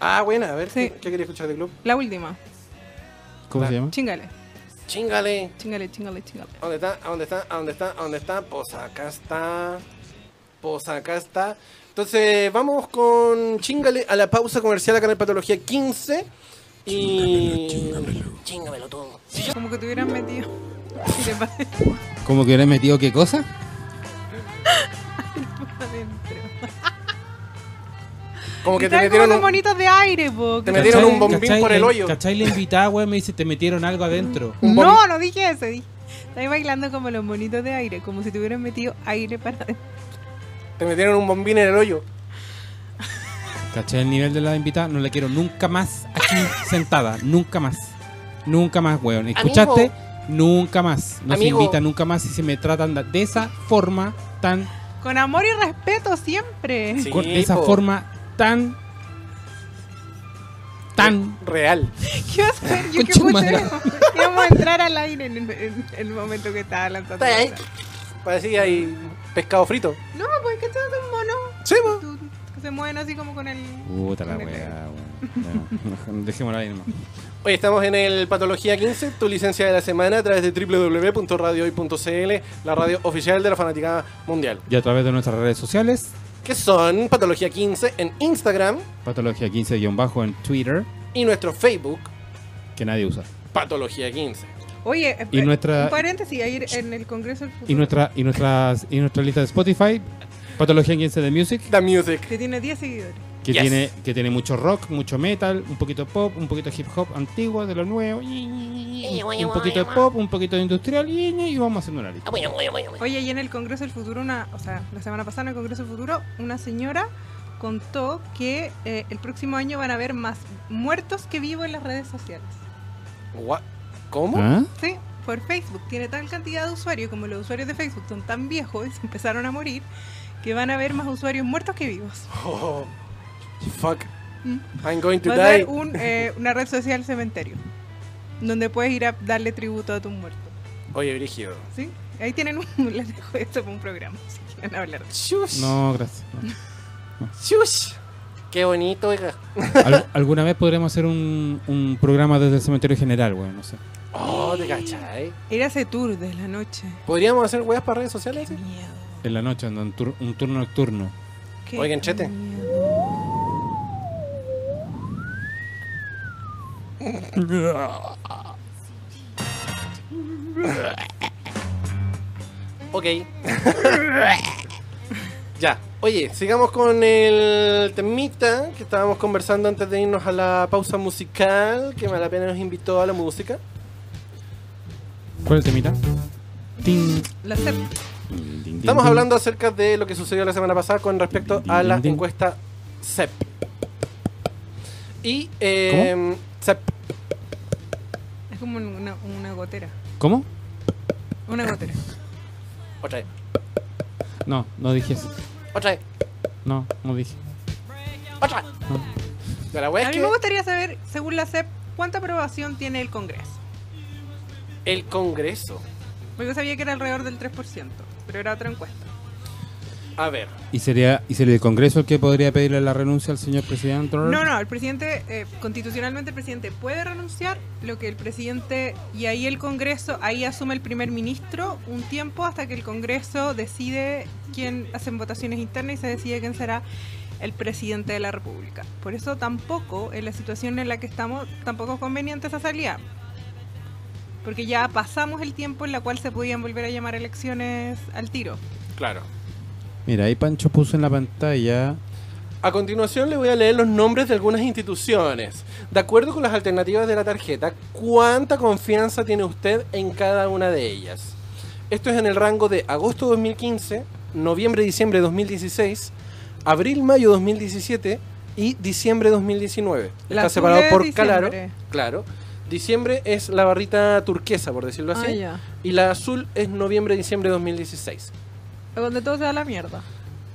[SPEAKER 1] Ah, buena, a ver.
[SPEAKER 3] Sí.
[SPEAKER 1] ¿Qué, qué quería escuchar del club?
[SPEAKER 3] La última.
[SPEAKER 2] ¿Cómo se llama?
[SPEAKER 3] Chingale.
[SPEAKER 1] Chingale.
[SPEAKER 3] Chingale, chingale, chingale.
[SPEAKER 1] ¿A dónde está? ¿A dónde está? ¿A dónde está? ¿A dónde está? Pues acá está. Pues acá está. Entonces, vamos con chingale a la pausa comercial acá en el Patología 15. Y. Chingamelo todo.
[SPEAKER 3] Como que te hubieran metido. ¿Qué te pasa?
[SPEAKER 2] ¿Cómo que eres metido qué cosa?
[SPEAKER 3] Adentro.
[SPEAKER 1] Como que te
[SPEAKER 3] Están
[SPEAKER 1] metieron.
[SPEAKER 3] como los
[SPEAKER 1] un-
[SPEAKER 3] monitos de aire, po.
[SPEAKER 1] Te metieron
[SPEAKER 2] ¿Cachai-
[SPEAKER 1] un bombín
[SPEAKER 2] cachai
[SPEAKER 1] por el
[SPEAKER 2] la-
[SPEAKER 1] hoyo.
[SPEAKER 2] ¿Cachai la invitada, weón? Me dice, te metieron algo adentro.
[SPEAKER 1] un
[SPEAKER 3] No,
[SPEAKER 1] bom-
[SPEAKER 3] no dije eso. Dije. Estoy bailando como los monitos de aire, como si te hubieran metido aire para adentro.
[SPEAKER 1] Te metieron un bombín en el hoyo.
[SPEAKER 2] ¿Cachai el nivel de la invitada? No la quiero nunca más aquí sentada. Nunca más. Nunca más, weón. ¿Escuchaste?
[SPEAKER 1] Amigo.
[SPEAKER 2] Nunca más. No
[SPEAKER 1] Amigo.
[SPEAKER 2] se invita nunca más y se me tratan de- de esa forma tan.
[SPEAKER 3] Con amor y respeto siempre.
[SPEAKER 1] Sí,
[SPEAKER 2] con- de esa
[SPEAKER 1] po.
[SPEAKER 2] forma tan. tan.
[SPEAKER 1] Real.
[SPEAKER 3] ¿Qué vas a hacer? Yo qué
[SPEAKER 2] Conchetumare.
[SPEAKER 3] puta. Íbamos a entrar al aire en, en- en el momento que estaba lanzando.
[SPEAKER 1] Está ahí.
[SPEAKER 3] la-
[SPEAKER 1] Parecía ahí pescado frito.
[SPEAKER 3] No, pues que todo un mono.
[SPEAKER 1] Sí, po.
[SPEAKER 3] Tú- que se mueven así como con el.
[SPEAKER 2] Puta la
[SPEAKER 3] con el-
[SPEAKER 2] weá, weón. Ya, Dejémoslo ahí nomás.
[SPEAKER 1] Hoy estamos en el Patología 15, tu licencia de la semana a través de www.radiohoy.cl, la radio oficial de la fanaticada mundial.
[SPEAKER 2] Y a través de nuestras redes sociales,
[SPEAKER 1] Que son Patología 15 en Instagram
[SPEAKER 2] Patología 15-bajo en Twitter,
[SPEAKER 1] y nuestro Facebook,
[SPEAKER 2] que nadie usa.
[SPEAKER 1] Patología 15.
[SPEAKER 3] Oye, eh,
[SPEAKER 2] Y nuestra-
[SPEAKER 3] un paréntesis, ayer en el Congreso del Futuro.
[SPEAKER 2] Y nuestra, y nuestras, y nuestra lista de Spotify, Patología 15 de Music,
[SPEAKER 1] The Music.
[SPEAKER 3] Que tiene 10 seguidores.
[SPEAKER 2] que,
[SPEAKER 1] Yes.
[SPEAKER 2] tiene, que tiene mucho rock, mucho metal, un poquito de pop, un poquito de hip hop antiguo, de lo nuevo, y- y- y- un poquito de pop, un poquito de industrial, y, y- y vamos haciendo una
[SPEAKER 6] Ah,
[SPEAKER 2] lista.
[SPEAKER 3] Oye, y en el Congreso del Futuro, una, o sea, la semana pasada en el Congreso del Futuro, una señora contó que eh, el próximo año van a haber más muertos que vivos en las redes sociales.
[SPEAKER 1] Gua- ¿Cómo?
[SPEAKER 2] ¿Ah?
[SPEAKER 3] Sí, por Facebook. Tiene tal cantidad de usuarios, como los usuarios de Facebook son tan viejos y se empezaron a morir, que van a haber más usuarios muertos que vivos.
[SPEAKER 1] Oh, fuck.
[SPEAKER 3] Mm.
[SPEAKER 1] I'm going to
[SPEAKER 3] Va a ser
[SPEAKER 1] die.
[SPEAKER 3] un, eh, una red social cementerio, donde puedes ir a darle tributo a tus muertos.
[SPEAKER 1] Oye, Brígido.
[SPEAKER 3] ¿sí? Ahí tienen un... Les dejo esto para un programa, así que van a hablar de eso.
[SPEAKER 1] Shush.
[SPEAKER 2] No, gracias.
[SPEAKER 1] Shush. Qué bonito, oiga.
[SPEAKER 2] Al- alguna vez podremos hacer un, un programa desde el cementerio general, güey, no sé.
[SPEAKER 1] Oh, te cachai.
[SPEAKER 3] Ir a ese tour de la noche.
[SPEAKER 1] ¿Podríamos hacer weas para redes sociales?
[SPEAKER 3] Qué
[SPEAKER 1] sí?
[SPEAKER 3] miedo.
[SPEAKER 2] En la noche, ando en tur- un turno nocturno.
[SPEAKER 3] qué
[SPEAKER 1] Oigan, chete.
[SPEAKER 3] miedo.
[SPEAKER 1] Ok. ya. Oye, sigamos con el temita que estábamos conversando antes de irnos a la pausa musical, que mala pena nos invitó a la música.
[SPEAKER 2] ¿Cuál es el temita? Ting.
[SPEAKER 3] La E sep-
[SPEAKER 1] Estamos hablando acerca de lo que sucedió la semana pasada con respecto a la encuesta CEP. Y eh, CEP.
[SPEAKER 3] es como una, una gotera.
[SPEAKER 2] ¿Cómo?
[SPEAKER 3] Una gotera.
[SPEAKER 1] Otra vez.
[SPEAKER 2] No, no dije eso.
[SPEAKER 1] Otra vez.
[SPEAKER 2] No, no dije.
[SPEAKER 1] Otra vez.
[SPEAKER 2] No.
[SPEAKER 1] De la wea
[SPEAKER 3] a
[SPEAKER 1] es
[SPEAKER 3] mí
[SPEAKER 1] que
[SPEAKER 3] me gustaría saber, según la CEP, cuánta aprobación tiene el Congreso.
[SPEAKER 1] el Congreso.
[SPEAKER 3] Porque sabía que era alrededor del 3%, pero era otra encuesta.
[SPEAKER 1] A ver.
[SPEAKER 2] ¿Y sería, ¿Y sería el Congreso el que podría pedirle la renuncia al señor presidente?
[SPEAKER 1] Ah.
[SPEAKER 3] No, no, el presidente, eh, constitucionalmente el presidente puede renunciar, lo que el presidente, y ahí el Congreso, ahí asume el primer ministro un tiempo hasta que el Congreso decide quién hacen votaciones internas y se decide quién será el presidente de la República. Por eso tampoco, en la situación en la que estamos, tampoco es conveniente esa salida. Porque ya pasamos el tiempo en la cual se podían volver a llamar elecciones al tiro.
[SPEAKER 1] Claro.
[SPEAKER 2] Mira, ahí Pancho puso en la pantalla.
[SPEAKER 1] A continuación le voy a leer los nombres de algunas instituciones. De acuerdo con las alternativas de la tarjeta, ¿cuánta confianza tiene usted en cada una de ellas? Esto es en el rango de agosto 2015, noviembre diciembre 2016, abril mayo 2017 y diciembre 2019. Está
[SPEAKER 3] La azul
[SPEAKER 1] separado
[SPEAKER 3] es
[SPEAKER 1] por
[SPEAKER 3] diciembre.
[SPEAKER 1] calaro, claro. Diciembre es la barrita turquesa, por decirlo
[SPEAKER 3] Ah,
[SPEAKER 1] así, y la azul es noviembre diciembre 2016.
[SPEAKER 3] Donde todo se da la mierda.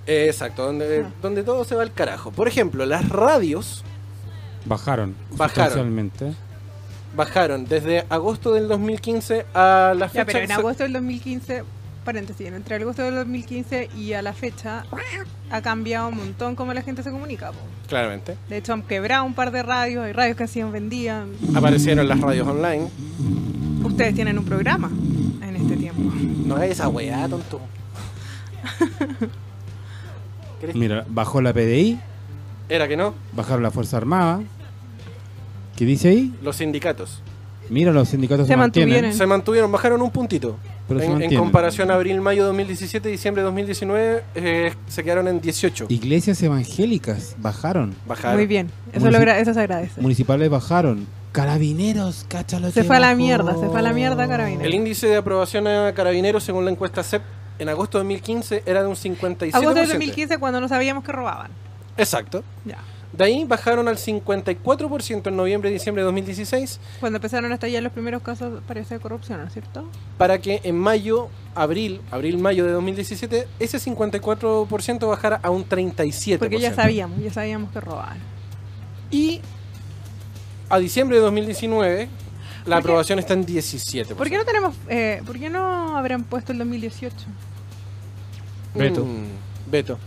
[SPEAKER 1] Exacto, donde,
[SPEAKER 3] Ah.
[SPEAKER 1] donde todo se va al carajo. Por ejemplo, las radios
[SPEAKER 2] Bajaron.
[SPEAKER 1] Bajaron.
[SPEAKER 2] sustancialmente.
[SPEAKER 1] bajaron desde agosto del 2015 a la fecha.
[SPEAKER 3] Ya, pero en
[SPEAKER 1] que se-
[SPEAKER 3] agosto del 2015, paréntesis, entre agosto del 2015 y a la fecha ha cambiado un montón cómo la gente se comunica. po.
[SPEAKER 1] Claramente.
[SPEAKER 3] De hecho, han quebrado un par de radios, hay radios que hacían vendían.
[SPEAKER 1] Aparecieron las radios online.
[SPEAKER 3] Ustedes tienen un programa en este tiempo.
[SPEAKER 1] No hagas esa weá, tonto. ¿Crees?
[SPEAKER 2] Mira, bajó la PDI,
[SPEAKER 1] Era que no,
[SPEAKER 2] bajaron la Fuerza Armada. ¿Qué dice ahí?
[SPEAKER 1] los sindicatos.
[SPEAKER 2] Mira, los sindicatos
[SPEAKER 3] Se
[SPEAKER 2] se, mantienen.
[SPEAKER 3] mantuvieron.
[SPEAKER 1] Se mantuvieron, bajaron un puntito.
[SPEAKER 2] Pero se
[SPEAKER 1] en, en
[SPEAKER 2] mantienen.
[SPEAKER 1] comparación a abril-mayo 2017 y diciembre 2019, eh, se quedaron en 18.
[SPEAKER 2] Iglesias evangélicas bajaron.
[SPEAKER 1] Bajaron.
[SPEAKER 3] Muy bien, eso,
[SPEAKER 2] Muy
[SPEAKER 3] lo
[SPEAKER 2] bien.
[SPEAKER 3] gra- eso se agradece.
[SPEAKER 2] Municipales bajaron. Carabineros, cáchalo.
[SPEAKER 3] Se
[SPEAKER 2] que
[SPEAKER 3] fue a la
[SPEAKER 2] bajó.
[SPEAKER 3] mierda, se fue a la mierda
[SPEAKER 1] El
[SPEAKER 3] Carabineros.
[SPEAKER 1] índice de aprobación a carabineros, según la encuesta CEP, en agosto de 2015 era de un 57%.
[SPEAKER 3] Agosto del 2015 cuando no sabíamos que robaban.
[SPEAKER 1] Exacto.
[SPEAKER 3] Ya.
[SPEAKER 1] De ahí bajaron al 54% en noviembre y diciembre de 2016
[SPEAKER 3] Cuando empezaron a estallar los primeros casos parece de corrupción, ¿no es cierto?
[SPEAKER 1] para que en mayo, abril, abril-mayo de 2017 ese 54% bajara a un 37%.
[SPEAKER 3] Porque ya sabíamos, ya sabíamos que robaban.
[SPEAKER 1] Y a diciembre de 2019, la
[SPEAKER 3] ¿Por qué?
[SPEAKER 1] aprobación está en 17%.
[SPEAKER 3] ¿Por qué no tenemos, eh, por qué no habrán puesto el 2018?
[SPEAKER 2] Beto.
[SPEAKER 1] Mm, Beto.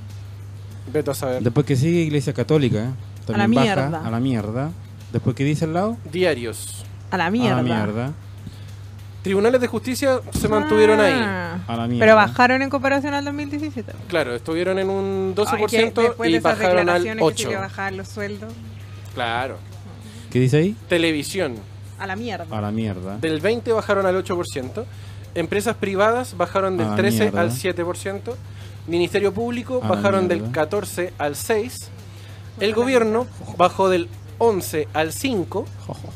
[SPEAKER 1] Beto a saber.
[SPEAKER 2] Después que sigue Iglesia Católica, ¿eh?
[SPEAKER 3] A la
[SPEAKER 2] También baja,
[SPEAKER 3] mierda.
[SPEAKER 2] A la mierda. Después que dice al lado,
[SPEAKER 1] Diarios.
[SPEAKER 3] A la mierda.
[SPEAKER 2] a la mierda.
[SPEAKER 1] Tribunales de justicia se mantuvieron ahí.
[SPEAKER 3] Ah,
[SPEAKER 2] A la mierda.
[SPEAKER 3] Pero bajaron en comparación al 2017.
[SPEAKER 1] Claro, estuvieron en un
[SPEAKER 3] Ay, que
[SPEAKER 1] 12%
[SPEAKER 3] después
[SPEAKER 1] y
[SPEAKER 3] de esas
[SPEAKER 1] bajaron al
[SPEAKER 3] declaraciones que se
[SPEAKER 1] 8%.
[SPEAKER 3] que bajar los sueldos.
[SPEAKER 1] Claro.
[SPEAKER 2] ¿Qué dice ahí?
[SPEAKER 1] Televisión.
[SPEAKER 3] A la mierda.
[SPEAKER 2] A la mierda.
[SPEAKER 1] Del 20 bajaron al 8%. Empresas privadas bajaron del
[SPEAKER 2] Ah,
[SPEAKER 1] 13
[SPEAKER 2] mierda.
[SPEAKER 1] al 7%. Ministerio Público
[SPEAKER 2] Ah,
[SPEAKER 1] bajaron del
[SPEAKER 2] mierda.
[SPEAKER 1] 14 al 6. El gobierno bajó del 11 al 5.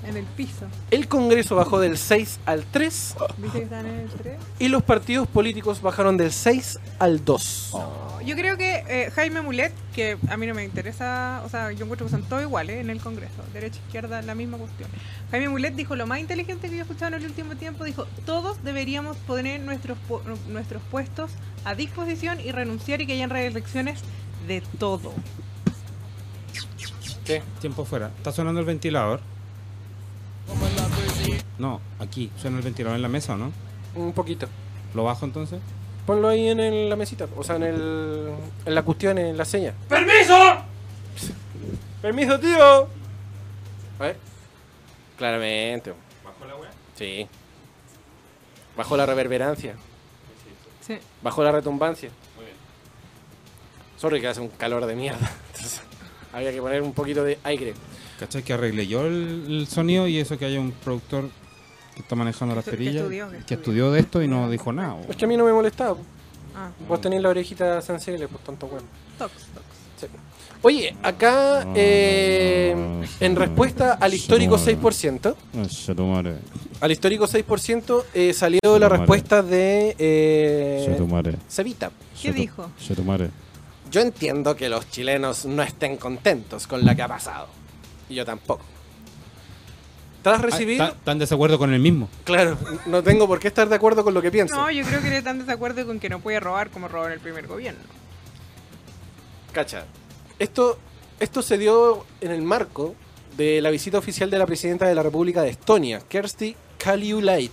[SPEAKER 3] En el piso.
[SPEAKER 1] El Congreso bajó del 6 al 3.
[SPEAKER 3] ¿Viste que están en el 3?
[SPEAKER 1] Y los partidos políticos bajaron del 6 al 2.
[SPEAKER 2] Oh.
[SPEAKER 3] Yo creo que eh, Jaime Mulet, que a mí no me interesa, o sea, yo encuentro que son todos iguales en el Congreso, derecha, izquierda, la misma cuestión. Jaime Mulet dijo lo más inteligente que yo he escuchado en el último tiempo, dijo, todos deberíamos poner nuestros, pu- nuestros puestos a disposición y renunciar y que hayan reelecciones de todo.
[SPEAKER 1] ¿Qué?
[SPEAKER 2] Tiempo fuera. Está sonando el ventilador. No, aquí. Suena el ventilador en la mesa, ¿o ¿no?
[SPEAKER 1] Un poquito.
[SPEAKER 2] ¿Lo bajo entonces?
[SPEAKER 1] Ponlo ahí en el- la mesita, o sea, en, el, en la cuestión, en la seña. ¡Permiso! ¡Permiso, tío! A ver. Claramente. ¿Bajó la weá? Sí. Bajó la reverberancia,
[SPEAKER 3] Sí.
[SPEAKER 1] bajó la retumbancia. Muy bien. Sorry que hace un calor de mierda. Entonces, había que poner un poquito de aire.
[SPEAKER 2] ¿Cachai? Que arreglé yo el, el sonido y eso que haya un productor que está manejando las
[SPEAKER 3] Que estu- que
[SPEAKER 2] perillas.
[SPEAKER 3] estudió, que
[SPEAKER 2] que
[SPEAKER 3] estudió.
[SPEAKER 2] estudió de esto y no dijo nada. bo.
[SPEAKER 1] Es que a mí no me molestaba. po.
[SPEAKER 3] Ah,
[SPEAKER 1] Vos tenés la orejita sensible, por tanto, bueno.
[SPEAKER 3] tox, tox.
[SPEAKER 1] Oye, acá, eh, en respuesta al histórico 6%,
[SPEAKER 4] Se tomaré.
[SPEAKER 1] Al histórico 6% eh, salió la respuesta de
[SPEAKER 4] Se
[SPEAKER 1] eh,
[SPEAKER 4] tomaré.
[SPEAKER 1] Cevita.
[SPEAKER 3] ¿Qué dijo?
[SPEAKER 4] Se tomaré.
[SPEAKER 1] Yo entiendo que los chilenos no estén contentos con lo que ha pasado. Y yo tampoco. Tras
[SPEAKER 2] Ah,
[SPEAKER 1] recibir...
[SPEAKER 2] ¿Están están en desacuerdo con el mismo?
[SPEAKER 1] Claro, no tengo por qué estar de acuerdo con lo que pienso.
[SPEAKER 3] No, yo creo que él está en desacuerdo con que no puede robar como robó en el primer gobierno.
[SPEAKER 1] Cacha, esto, esto se dio en el marco de la visita oficial de la presidenta de la República de Estonia, Kersti Kaljulaid.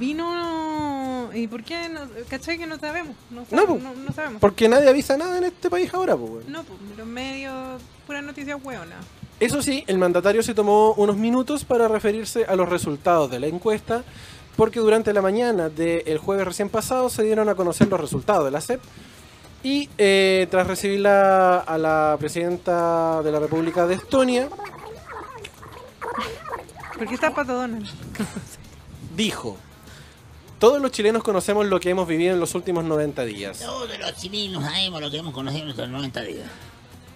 [SPEAKER 3] Vino... ¿Y por qué? No, ¿Cachai que no sabemos? No,
[SPEAKER 1] No,
[SPEAKER 3] sabemos,
[SPEAKER 1] po.
[SPEAKER 3] no, no sabemos.
[SPEAKER 1] Porque nadie avisa nada en este país ahora, pues. weón.
[SPEAKER 3] No, pues los medios, puras noticias hueonas.
[SPEAKER 1] Eso sí, el mandatario se tomó unos minutos para referirse a los resultados de la encuesta, porque durante la mañana del jueves recién pasado se dieron a conocer los resultados de la CEP. Y eh, tras recibir la- a la presidenta de la República de Estonia,
[SPEAKER 3] ¿Por qué está Pato Donald?
[SPEAKER 1] dijo: Todos los chilenos conocemos lo que hemos vivido en los últimos 90 días.
[SPEAKER 5] Todos los chilenos sabemos lo que hemos conocido en nuestros 90 días.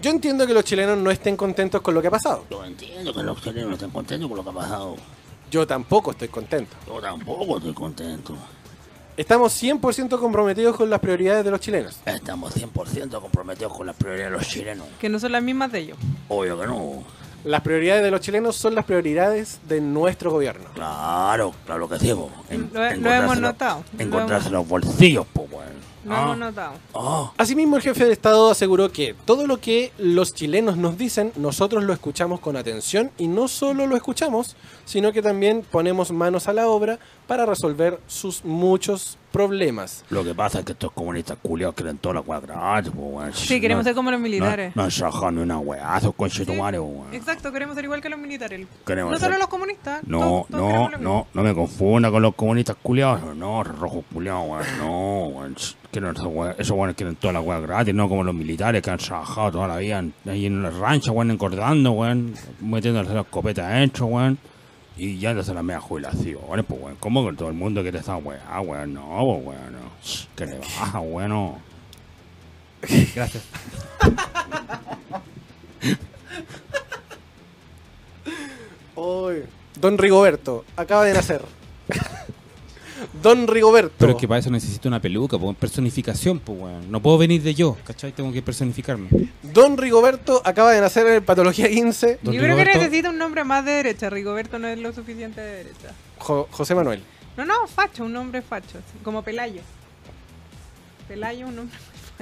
[SPEAKER 1] Yo entiendo que los chilenos no estén contentos con lo que ha pasado.
[SPEAKER 5] Yo entiendo que los chilenos no estén contentos con lo que ha pasado.
[SPEAKER 1] Yo tampoco estoy contento.
[SPEAKER 5] Yo tampoco estoy contento.
[SPEAKER 1] Estamos 100% comprometidos con las prioridades de los chilenos.
[SPEAKER 5] Estamos 100% comprometidos con las prioridades de los chilenos.
[SPEAKER 3] Que no son las mismas de ellos.
[SPEAKER 5] Obvio que no.
[SPEAKER 1] Las prioridades de los chilenos son las prioridades de nuestro gobierno.
[SPEAKER 5] Claro, claro que sí. po. En-
[SPEAKER 3] Lo he- lo
[SPEAKER 5] encontrarse
[SPEAKER 3] hemos
[SPEAKER 5] los-
[SPEAKER 3] notado.
[SPEAKER 5] Encontrarse los bolsillos, po, weón.
[SPEAKER 3] Lo hemos notado.
[SPEAKER 5] Ah,
[SPEAKER 1] Asimismo, el jefe de Estado aseguró que todo lo que los chilenos nos dicen, nosotros lo escuchamos con atención y no solo lo escuchamos, sino que también ponemos manos a la obra para resolver sus muchos problemas.
[SPEAKER 5] lo que pasa es que estos comunistas culiados quieren toda la cuadra gratis, po, weón.
[SPEAKER 3] Sí, queremos ser como los
[SPEAKER 5] no,
[SPEAKER 3] militares.
[SPEAKER 5] no, no, no, una weá, esos conchetumares, po, weón.
[SPEAKER 3] Exacto, queremos ser igual que los militares.
[SPEAKER 5] Ah. Queremos
[SPEAKER 3] no solo
[SPEAKER 5] ser-
[SPEAKER 3] los comunistas.
[SPEAKER 5] No,
[SPEAKER 3] todos- todos
[SPEAKER 5] no,
[SPEAKER 3] queremos lo mismo.
[SPEAKER 5] no, no me confunda con los comunistas culiados. No, rojos culiados, weón. No, weón. Ch, Quieren esa weá- esos weones quieren toda la weá gratis, no como los militares que han trabajado toda la vida en- ahí en la rancha, weón, encordando, weón, metiéndose las copetas adentro, weón. Y ya se la media jubilación, pues, weón. ¿Cómo que todo el mundo quiere esa weá, weón? No, pues, weón, no. Ch, Que le baja, weón. no.
[SPEAKER 2] Gracias.
[SPEAKER 1] Don Rigoberto, acaba de nacer. Don Rigoberto.
[SPEAKER 2] Pero es que para eso necesito una peluca, po, personificación, pues, weón. No puedo venir de yo, ¿cachai? Tengo que personificarme.
[SPEAKER 1] Don Rigoberto acaba de nacer en Patología 15.
[SPEAKER 2] Don
[SPEAKER 3] Yo creo que
[SPEAKER 2] Rigoberto-
[SPEAKER 3] necesita un nombre más de derecha. Rigoberto no es lo suficiente de derecha.
[SPEAKER 1] Jo- José Manuel.
[SPEAKER 3] No, no, facho, un nombre facho. así, Como Pelayo. Pelayo, un nombre.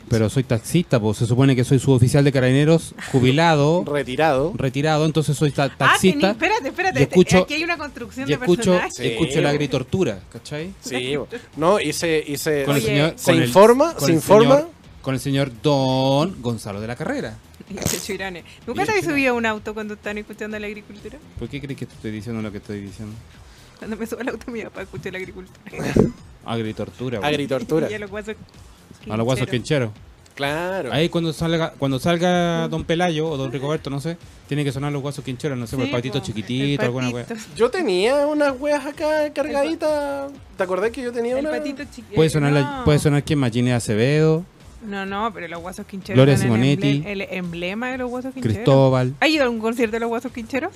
[SPEAKER 2] Pero soy taxista, pues se supone que soy suboficial de carabineros, jubilado,
[SPEAKER 1] Retirado.
[SPEAKER 2] retirado, entonces soy ta-
[SPEAKER 3] Ah, tení-
[SPEAKER 2] taxista
[SPEAKER 3] espérate, espérate.
[SPEAKER 2] y
[SPEAKER 3] este,
[SPEAKER 2] escucho-
[SPEAKER 3] aquí hay una construcción
[SPEAKER 2] y escucho,
[SPEAKER 3] de personajes.
[SPEAKER 1] Sí.
[SPEAKER 2] escucho la agritortura, ¿cachai?
[SPEAKER 1] Sí, bo. no, y se, y se,
[SPEAKER 2] Con el
[SPEAKER 3] Oye,
[SPEAKER 2] señor-
[SPEAKER 1] se
[SPEAKER 2] con el-
[SPEAKER 1] informa,
[SPEAKER 2] con
[SPEAKER 1] se
[SPEAKER 2] el
[SPEAKER 1] informa.
[SPEAKER 2] señor- con el señor Don Gonzalo de la Carrera.
[SPEAKER 3] Y Checho Irane. ¿Nunca
[SPEAKER 2] Y
[SPEAKER 3] te habéis
[SPEAKER 2] Checho Irane.
[SPEAKER 3] subido a un auto cuando están escuchando la agricultura?
[SPEAKER 2] ¿Por qué crees que te estoy diciendo lo que estoy diciendo?
[SPEAKER 3] Cuando me subo al auto, mi papá escucha la agricultura.
[SPEAKER 2] Agritortura. güey.
[SPEAKER 1] Agritortura.
[SPEAKER 3] Y a los guasos.
[SPEAKER 2] A Ah, los guasos
[SPEAKER 3] quincheros.
[SPEAKER 2] quincheros.
[SPEAKER 1] Claro.
[SPEAKER 2] Ahí cuando salga, cuando salga Don Pelayo o Don Ricoberto, no sé, tiene que sonar los guasos quincheros, no sé, por el
[SPEAKER 3] Sí,
[SPEAKER 2] patito
[SPEAKER 3] po,
[SPEAKER 2] chiquitito,
[SPEAKER 3] el
[SPEAKER 2] alguna wea.
[SPEAKER 3] patito.
[SPEAKER 1] Yo tenía unas weas acá cargaditas. ¿Te acordás que yo tenía
[SPEAKER 3] El
[SPEAKER 1] una?
[SPEAKER 3] patito chiquito.
[SPEAKER 2] Puede sonar, la-
[SPEAKER 3] no.
[SPEAKER 2] puede sonar que Magine Acevedo,
[SPEAKER 3] No, no, pero los guasos quincheros.
[SPEAKER 2] Gloria
[SPEAKER 3] son el
[SPEAKER 2] Simonetti.
[SPEAKER 3] emble- El, emblema de los guasos quincheros.
[SPEAKER 2] Cristóbal,
[SPEAKER 3] ¿Hay ido a un concierto de los guasos quincheros?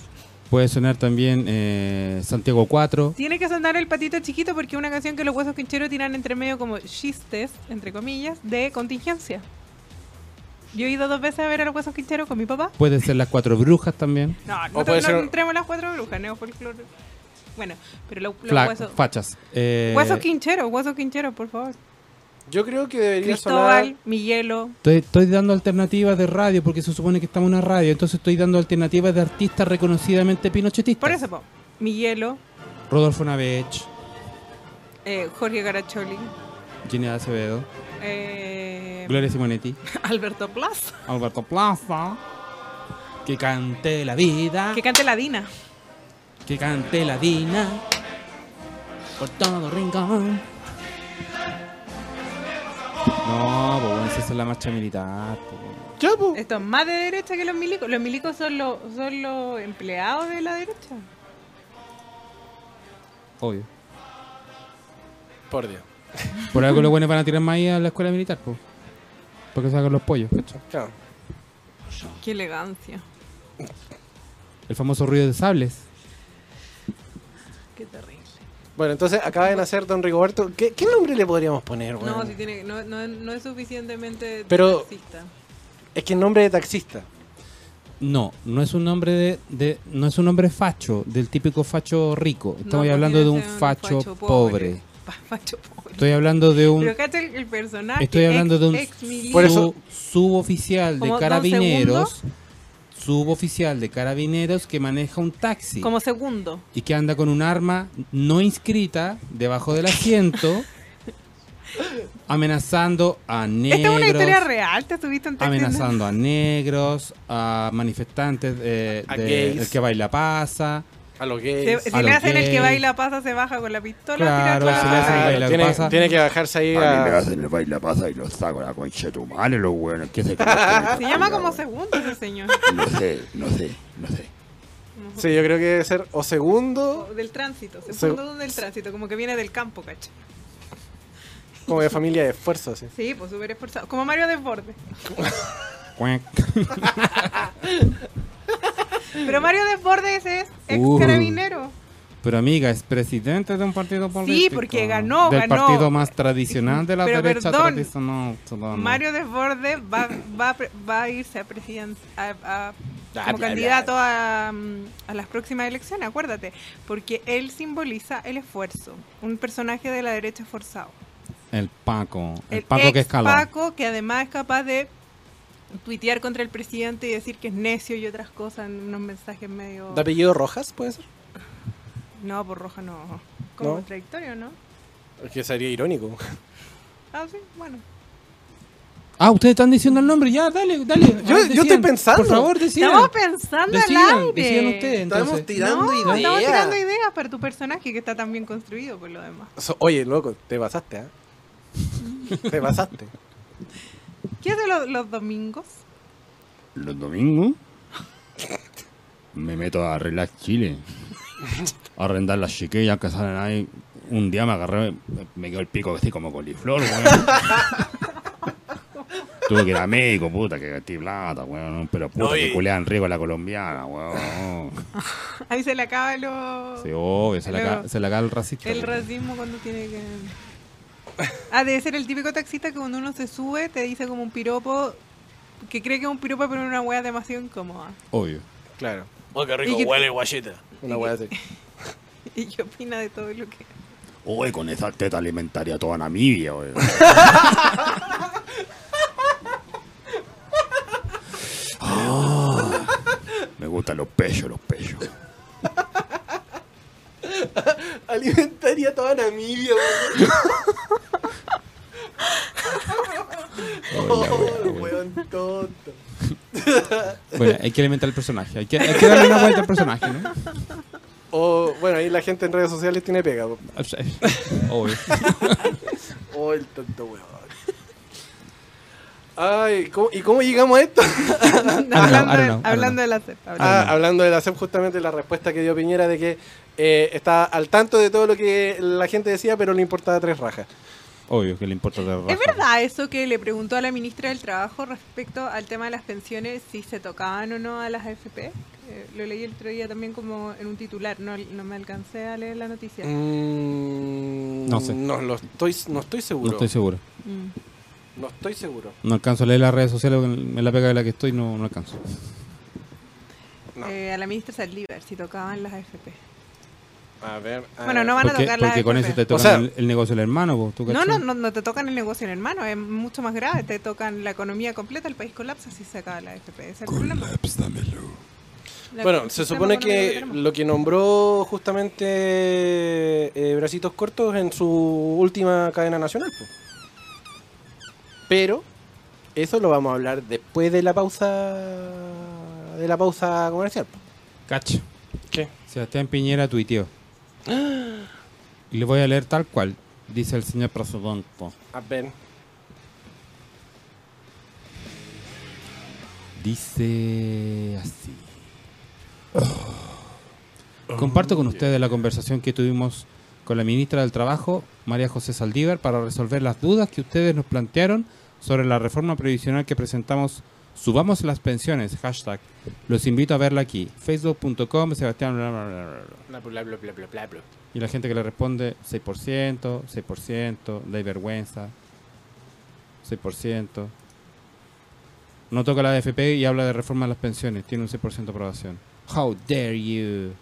[SPEAKER 2] puede sonar también eh, Santiago 4.
[SPEAKER 3] Tiene que sonar el patito chiquito porque es una canción que los huesos quincheros tiran entre medio como chistes, entre comillas, de contingencia. Yo he ido dos veces a ver a los huesos quincheros con mi papá.
[SPEAKER 2] Puede ser las cuatro brujas también.
[SPEAKER 3] No,
[SPEAKER 1] O
[SPEAKER 3] no,
[SPEAKER 1] puede
[SPEAKER 3] te- no
[SPEAKER 1] ser-
[SPEAKER 3] entremos las cuatro brujas, neofolclore. Bueno, pero lo- los
[SPEAKER 2] Fla-
[SPEAKER 3] huesos...
[SPEAKER 2] Fachas. eh,
[SPEAKER 3] Huesos quincheros, huesos quincheros, por favor.
[SPEAKER 1] Yo creo que debería
[SPEAKER 3] Cristóbal,
[SPEAKER 1] sonar.
[SPEAKER 3] Miguelo.
[SPEAKER 2] Estoy, estoy dando alternativas de radio porque se supone que estamos en una radio, entonces estoy dando alternativas de artistas reconocidamente pinochetistas.
[SPEAKER 3] Por eso, po. Miguelo,
[SPEAKER 2] Rodolfo Navech,
[SPEAKER 3] eh, Jorge Garacholi,
[SPEAKER 2] Ginea Acevedo,
[SPEAKER 3] eh,
[SPEAKER 2] Gloria Simonetti,
[SPEAKER 3] Alberto Plaza,
[SPEAKER 2] Alberto Plaza, que cante la
[SPEAKER 1] Ah.
[SPEAKER 2] vida,
[SPEAKER 3] que cante la Dina.
[SPEAKER 2] que cante la Dina, por todo rincón. No, pues bueno, esa es la marcha militar. po, bueno.
[SPEAKER 1] Ya, po.
[SPEAKER 3] Esto es más de derecha que los milicos. Los milicos son los, son los empleados de la derecha.
[SPEAKER 2] Obvio.
[SPEAKER 1] Por Dios.
[SPEAKER 2] Por algo los buenos van a tirar maíz a la escuela militar, po. Porque sacan los pollos, ¿cachai?
[SPEAKER 1] Claro.
[SPEAKER 3] Qué elegancia.
[SPEAKER 2] El famoso ruido de sables.
[SPEAKER 3] Qué terrible.
[SPEAKER 1] Bueno, entonces acaba de nacer Don Rigoberto. ¿Qué, qué nombre le podríamos poner, weón?
[SPEAKER 3] No, si tiene, no, no, no es suficientemente
[SPEAKER 1] Pero-
[SPEAKER 3] taxista.
[SPEAKER 1] Es que el nombre de taxista.
[SPEAKER 2] No, no es un nombre de, de- no es un nombre facho, del típico facho rico.
[SPEAKER 3] No,
[SPEAKER 2] Estamos
[SPEAKER 3] pues
[SPEAKER 2] hablando de
[SPEAKER 3] tiene
[SPEAKER 2] un
[SPEAKER 3] que ser
[SPEAKER 2] facho, pobre.
[SPEAKER 3] Pa- Facho pobre.
[SPEAKER 2] Estoy hablando de un
[SPEAKER 3] Pero cacha el, el personaje.
[SPEAKER 2] estoy hablando
[SPEAKER 3] ex-
[SPEAKER 2] de un
[SPEAKER 3] ex milico.
[SPEAKER 1] Por eso-
[SPEAKER 2] sub- suboficial de
[SPEAKER 3] ¿Como Don
[SPEAKER 2] carabineros, suboficial de carabineros que maneja un taxi
[SPEAKER 3] Como segundo.
[SPEAKER 2] y que anda con un arma no inscrita debajo del asiento amenazando a negros.
[SPEAKER 3] Esta es una historia real. Te subiste un taxi.
[SPEAKER 2] Ah, amenazando a negros, a manifestantes eh,
[SPEAKER 1] A
[SPEAKER 2] de-
[SPEAKER 1] gays.
[SPEAKER 2] el que baila pasa.
[SPEAKER 1] A los
[SPEAKER 3] Se-
[SPEAKER 1] gays.
[SPEAKER 3] si
[SPEAKER 2] A
[SPEAKER 3] le
[SPEAKER 2] los
[SPEAKER 3] hacen el que
[SPEAKER 2] gays.
[SPEAKER 3] baila pasa, se baja con la pistola.
[SPEAKER 2] Claro,
[SPEAKER 3] tira
[SPEAKER 2] si le hacen el
[SPEAKER 3] atrás.
[SPEAKER 1] Claro,
[SPEAKER 2] baila
[SPEAKER 1] tiene,
[SPEAKER 2] pasa.
[SPEAKER 1] tiene que bajarse ahí
[SPEAKER 5] A mí me
[SPEAKER 1] a.
[SPEAKER 5] hacen el baile pasa y los saco a la concha de tu madre, los weones. ¿Qué se creen?
[SPEAKER 3] Se llama como segundo ese señor.
[SPEAKER 5] No sé, no sé, no sé.
[SPEAKER 1] Sí, yo creo que debe ser o segundo,
[SPEAKER 3] O Del tránsito,
[SPEAKER 1] Se-
[SPEAKER 3] segundo del tránsito, como que viene del campo, cacha.
[SPEAKER 1] como de familia de esfuerzo, así.
[SPEAKER 3] Sí, pues súper esforzado. Como Mario Desbordes.
[SPEAKER 2] Cuac.
[SPEAKER 3] Pero Mario Desbordes es ex
[SPEAKER 2] Uh.
[SPEAKER 3] carabinero.
[SPEAKER 2] Pero amiga, es presidente de un partido político.
[SPEAKER 3] porque ganó,
[SPEAKER 2] Del
[SPEAKER 3] ganó.
[SPEAKER 2] partido más tradicional de la
[SPEAKER 3] Pero
[SPEAKER 2] derecha
[SPEAKER 3] perdón,
[SPEAKER 2] tradicional. No.
[SPEAKER 3] Mario Desbordes va, va, a pre- va a irse a presidencia. A, a-
[SPEAKER 1] Ah,
[SPEAKER 3] como
[SPEAKER 1] bla,
[SPEAKER 3] candidato a, mm, a las próximas elecciones, acuérdate, porque él simboliza el esfuerzo, un personaje de la derecha esforzado.
[SPEAKER 2] El Paco. El, Paco
[SPEAKER 3] ex
[SPEAKER 2] que escaló.
[SPEAKER 3] Paco que además es capaz de tuitear contra el presidente y decir que es necio y otras cosas en unos mensajes medio...
[SPEAKER 1] ¿De apellido Rojas, puede ser?
[SPEAKER 3] No, por roja no. Como
[SPEAKER 1] ¿No?
[SPEAKER 3] contradictorio, ¿no?
[SPEAKER 1] Que sería irónico.
[SPEAKER 3] Ah, sí, bueno.
[SPEAKER 2] Ah, ustedes están diciendo el nombre. Ya, dale, dale. Ah,
[SPEAKER 1] yo estoy
[SPEAKER 2] decidan.
[SPEAKER 1] pensando.
[SPEAKER 2] Por favor, decidan.
[SPEAKER 3] Estamos pensando al
[SPEAKER 2] Decidan,
[SPEAKER 3] aire.
[SPEAKER 2] decidan ustedes.
[SPEAKER 1] Estamos
[SPEAKER 2] entonces.
[SPEAKER 1] tirando
[SPEAKER 3] no, estamos
[SPEAKER 1] ideas.
[SPEAKER 3] tirando ideas para tu personaje que está tan bien construido por lo demás.
[SPEAKER 1] So- Oye, loco, te pasaste, ¿ah? Te pasaste.
[SPEAKER 3] ¿Qué hace lo- los domingos?
[SPEAKER 5] Los domingos me meto a arreglar Chile. A arrendar las chiquillas que salen ahí. Un día Eh, me agarré, me- me quedó el pico así como coliflor, weón. Tuve que ir a México, puta, que gasté plata, weón. Pero puta,
[SPEAKER 1] No, y-
[SPEAKER 5] que culean rico la colombiana, weón.
[SPEAKER 3] Ahí se le acaba lo-
[SPEAKER 2] Sí, obvio, se la
[SPEAKER 3] Luego.
[SPEAKER 2] caga- se la caga el racista.
[SPEAKER 3] el racismo cuando tiene que... Ah, debe ser el típico taxista que cuando uno se sube te dice como un piropo que cree que es un piropo pero es una wea demasiado incómoda.
[SPEAKER 2] Obvio.
[SPEAKER 1] Claro. Oh, qué
[SPEAKER 3] Y que-
[SPEAKER 1] huele guachita. Una hueá así.
[SPEAKER 3] ¿Y qué opina de todo lo que...
[SPEAKER 5] Oye, con esa teta alimentaría toda Namibia, weón. Ah, los pechos, los pechos.
[SPEAKER 1] Alimentaría toda Namibia, weón. Oh, weón tonto.
[SPEAKER 2] Bueno, hay que alimentar el personaje. Hay que, hay que darle una vuelta al personaje, ¿no?
[SPEAKER 1] O, bueno, ahí la gente en redes sociales tiene pega. po.
[SPEAKER 2] Obvio.
[SPEAKER 1] Oh, el tonto weón. Ay, ¿cómo- ¿y cómo llegamos a esto?
[SPEAKER 2] know, Ah, I don't
[SPEAKER 3] hablando,
[SPEAKER 2] know,
[SPEAKER 3] de-
[SPEAKER 2] I don't know.
[SPEAKER 3] hablando de la CEP. hablando-
[SPEAKER 1] Ah, hablando de la CEP, justamente la respuesta que dio Piñera de que eh, está al tanto de todo lo que la gente decía, pero le importaba tres rajas.
[SPEAKER 2] Obvio que le importa la raja.
[SPEAKER 3] ¿Es verdad eso que le preguntó a la ministra del Trabajo respecto al tema de las pensiones, si se tocaban o no a las AFP? Eh, lo leí el otro día también como en un titular, no, no me alcancé a leer la noticia.
[SPEAKER 1] Mm,
[SPEAKER 2] No sé.
[SPEAKER 1] No, lo estoy, no estoy seguro.
[SPEAKER 2] No estoy seguro.
[SPEAKER 3] Mm.
[SPEAKER 1] No estoy seguro.
[SPEAKER 2] No alcanzo a leer las redes sociales en en la pega de la que estoy, no, no alcanzo.
[SPEAKER 1] No.
[SPEAKER 3] Eh, a la ministra Saldívar, si tocaban las AFP.
[SPEAKER 1] A ver. a
[SPEAKER 3] Bueno,
[SPEAKER 1] ver.
[SPEAKER 3] no van a
[SPEAKER 2] Porque,
[SPEAKER 3] tocar las
[SPEAKER 2] porque con eso
[SPEAKER 3] AFP.
[SPEAKER 2] te tocan
[SPEAKER 1] sea-
[SPEAKER 2] el, el negocio del hermano, po, ¿tú
[SPEAKER 3] No,
[SPEAKER 2] cachai?
[SPEAKER 3] no, no, no te tocan el negocio en el mano, es mucho más grave, te tocan la economía completa, el país colapsa si se acaba la AFP. Ese es el problema. La-
[SPEAKER 1] Bueno,
[SPEAKER 3] el
[SPEAKER 1] se
[SPEAKER 3] sistema
[SPEAKER 1] supone
[SPEAKER 3] económico
[SPEAKER 1] que
[SPEAKER 3] tenemos.
[SPEAKER 1] lo que nombró justamente eh, Bracitos Cortos en su última cadena nacional. po. Pero eso lo vamos a hablar después de la pausa de la pausa comercial. po.
[SPEAKER 2] Cacho.
[SPEAKER 1] ¿Qué?
[SPEAKER 2] Sebastián Piñera tuiteó. Y le voy a leer tal cual. Dice el señor Prasodonto.
[SPEAKER 1] A ver.
[SPEAKER 2] Dice así. Comparto con ustedes la conversación que tuvimos con la ministra del Trabajo, María José Saldívar, para resolver las dudas que ustedes nos plantearon sobre la reforma previsional que presentamos. Subamos las pensiones, hashtag. Los invito a verla aquí, facebook.com, Sebastián. bla, bla, bla, bla, bla. Y la gente que le responde 6%, 6%, da vergüenza, 6%. No toca la AFP y habla de reforma de las pensiones. Tiene un 6% de aprobación. How dare you.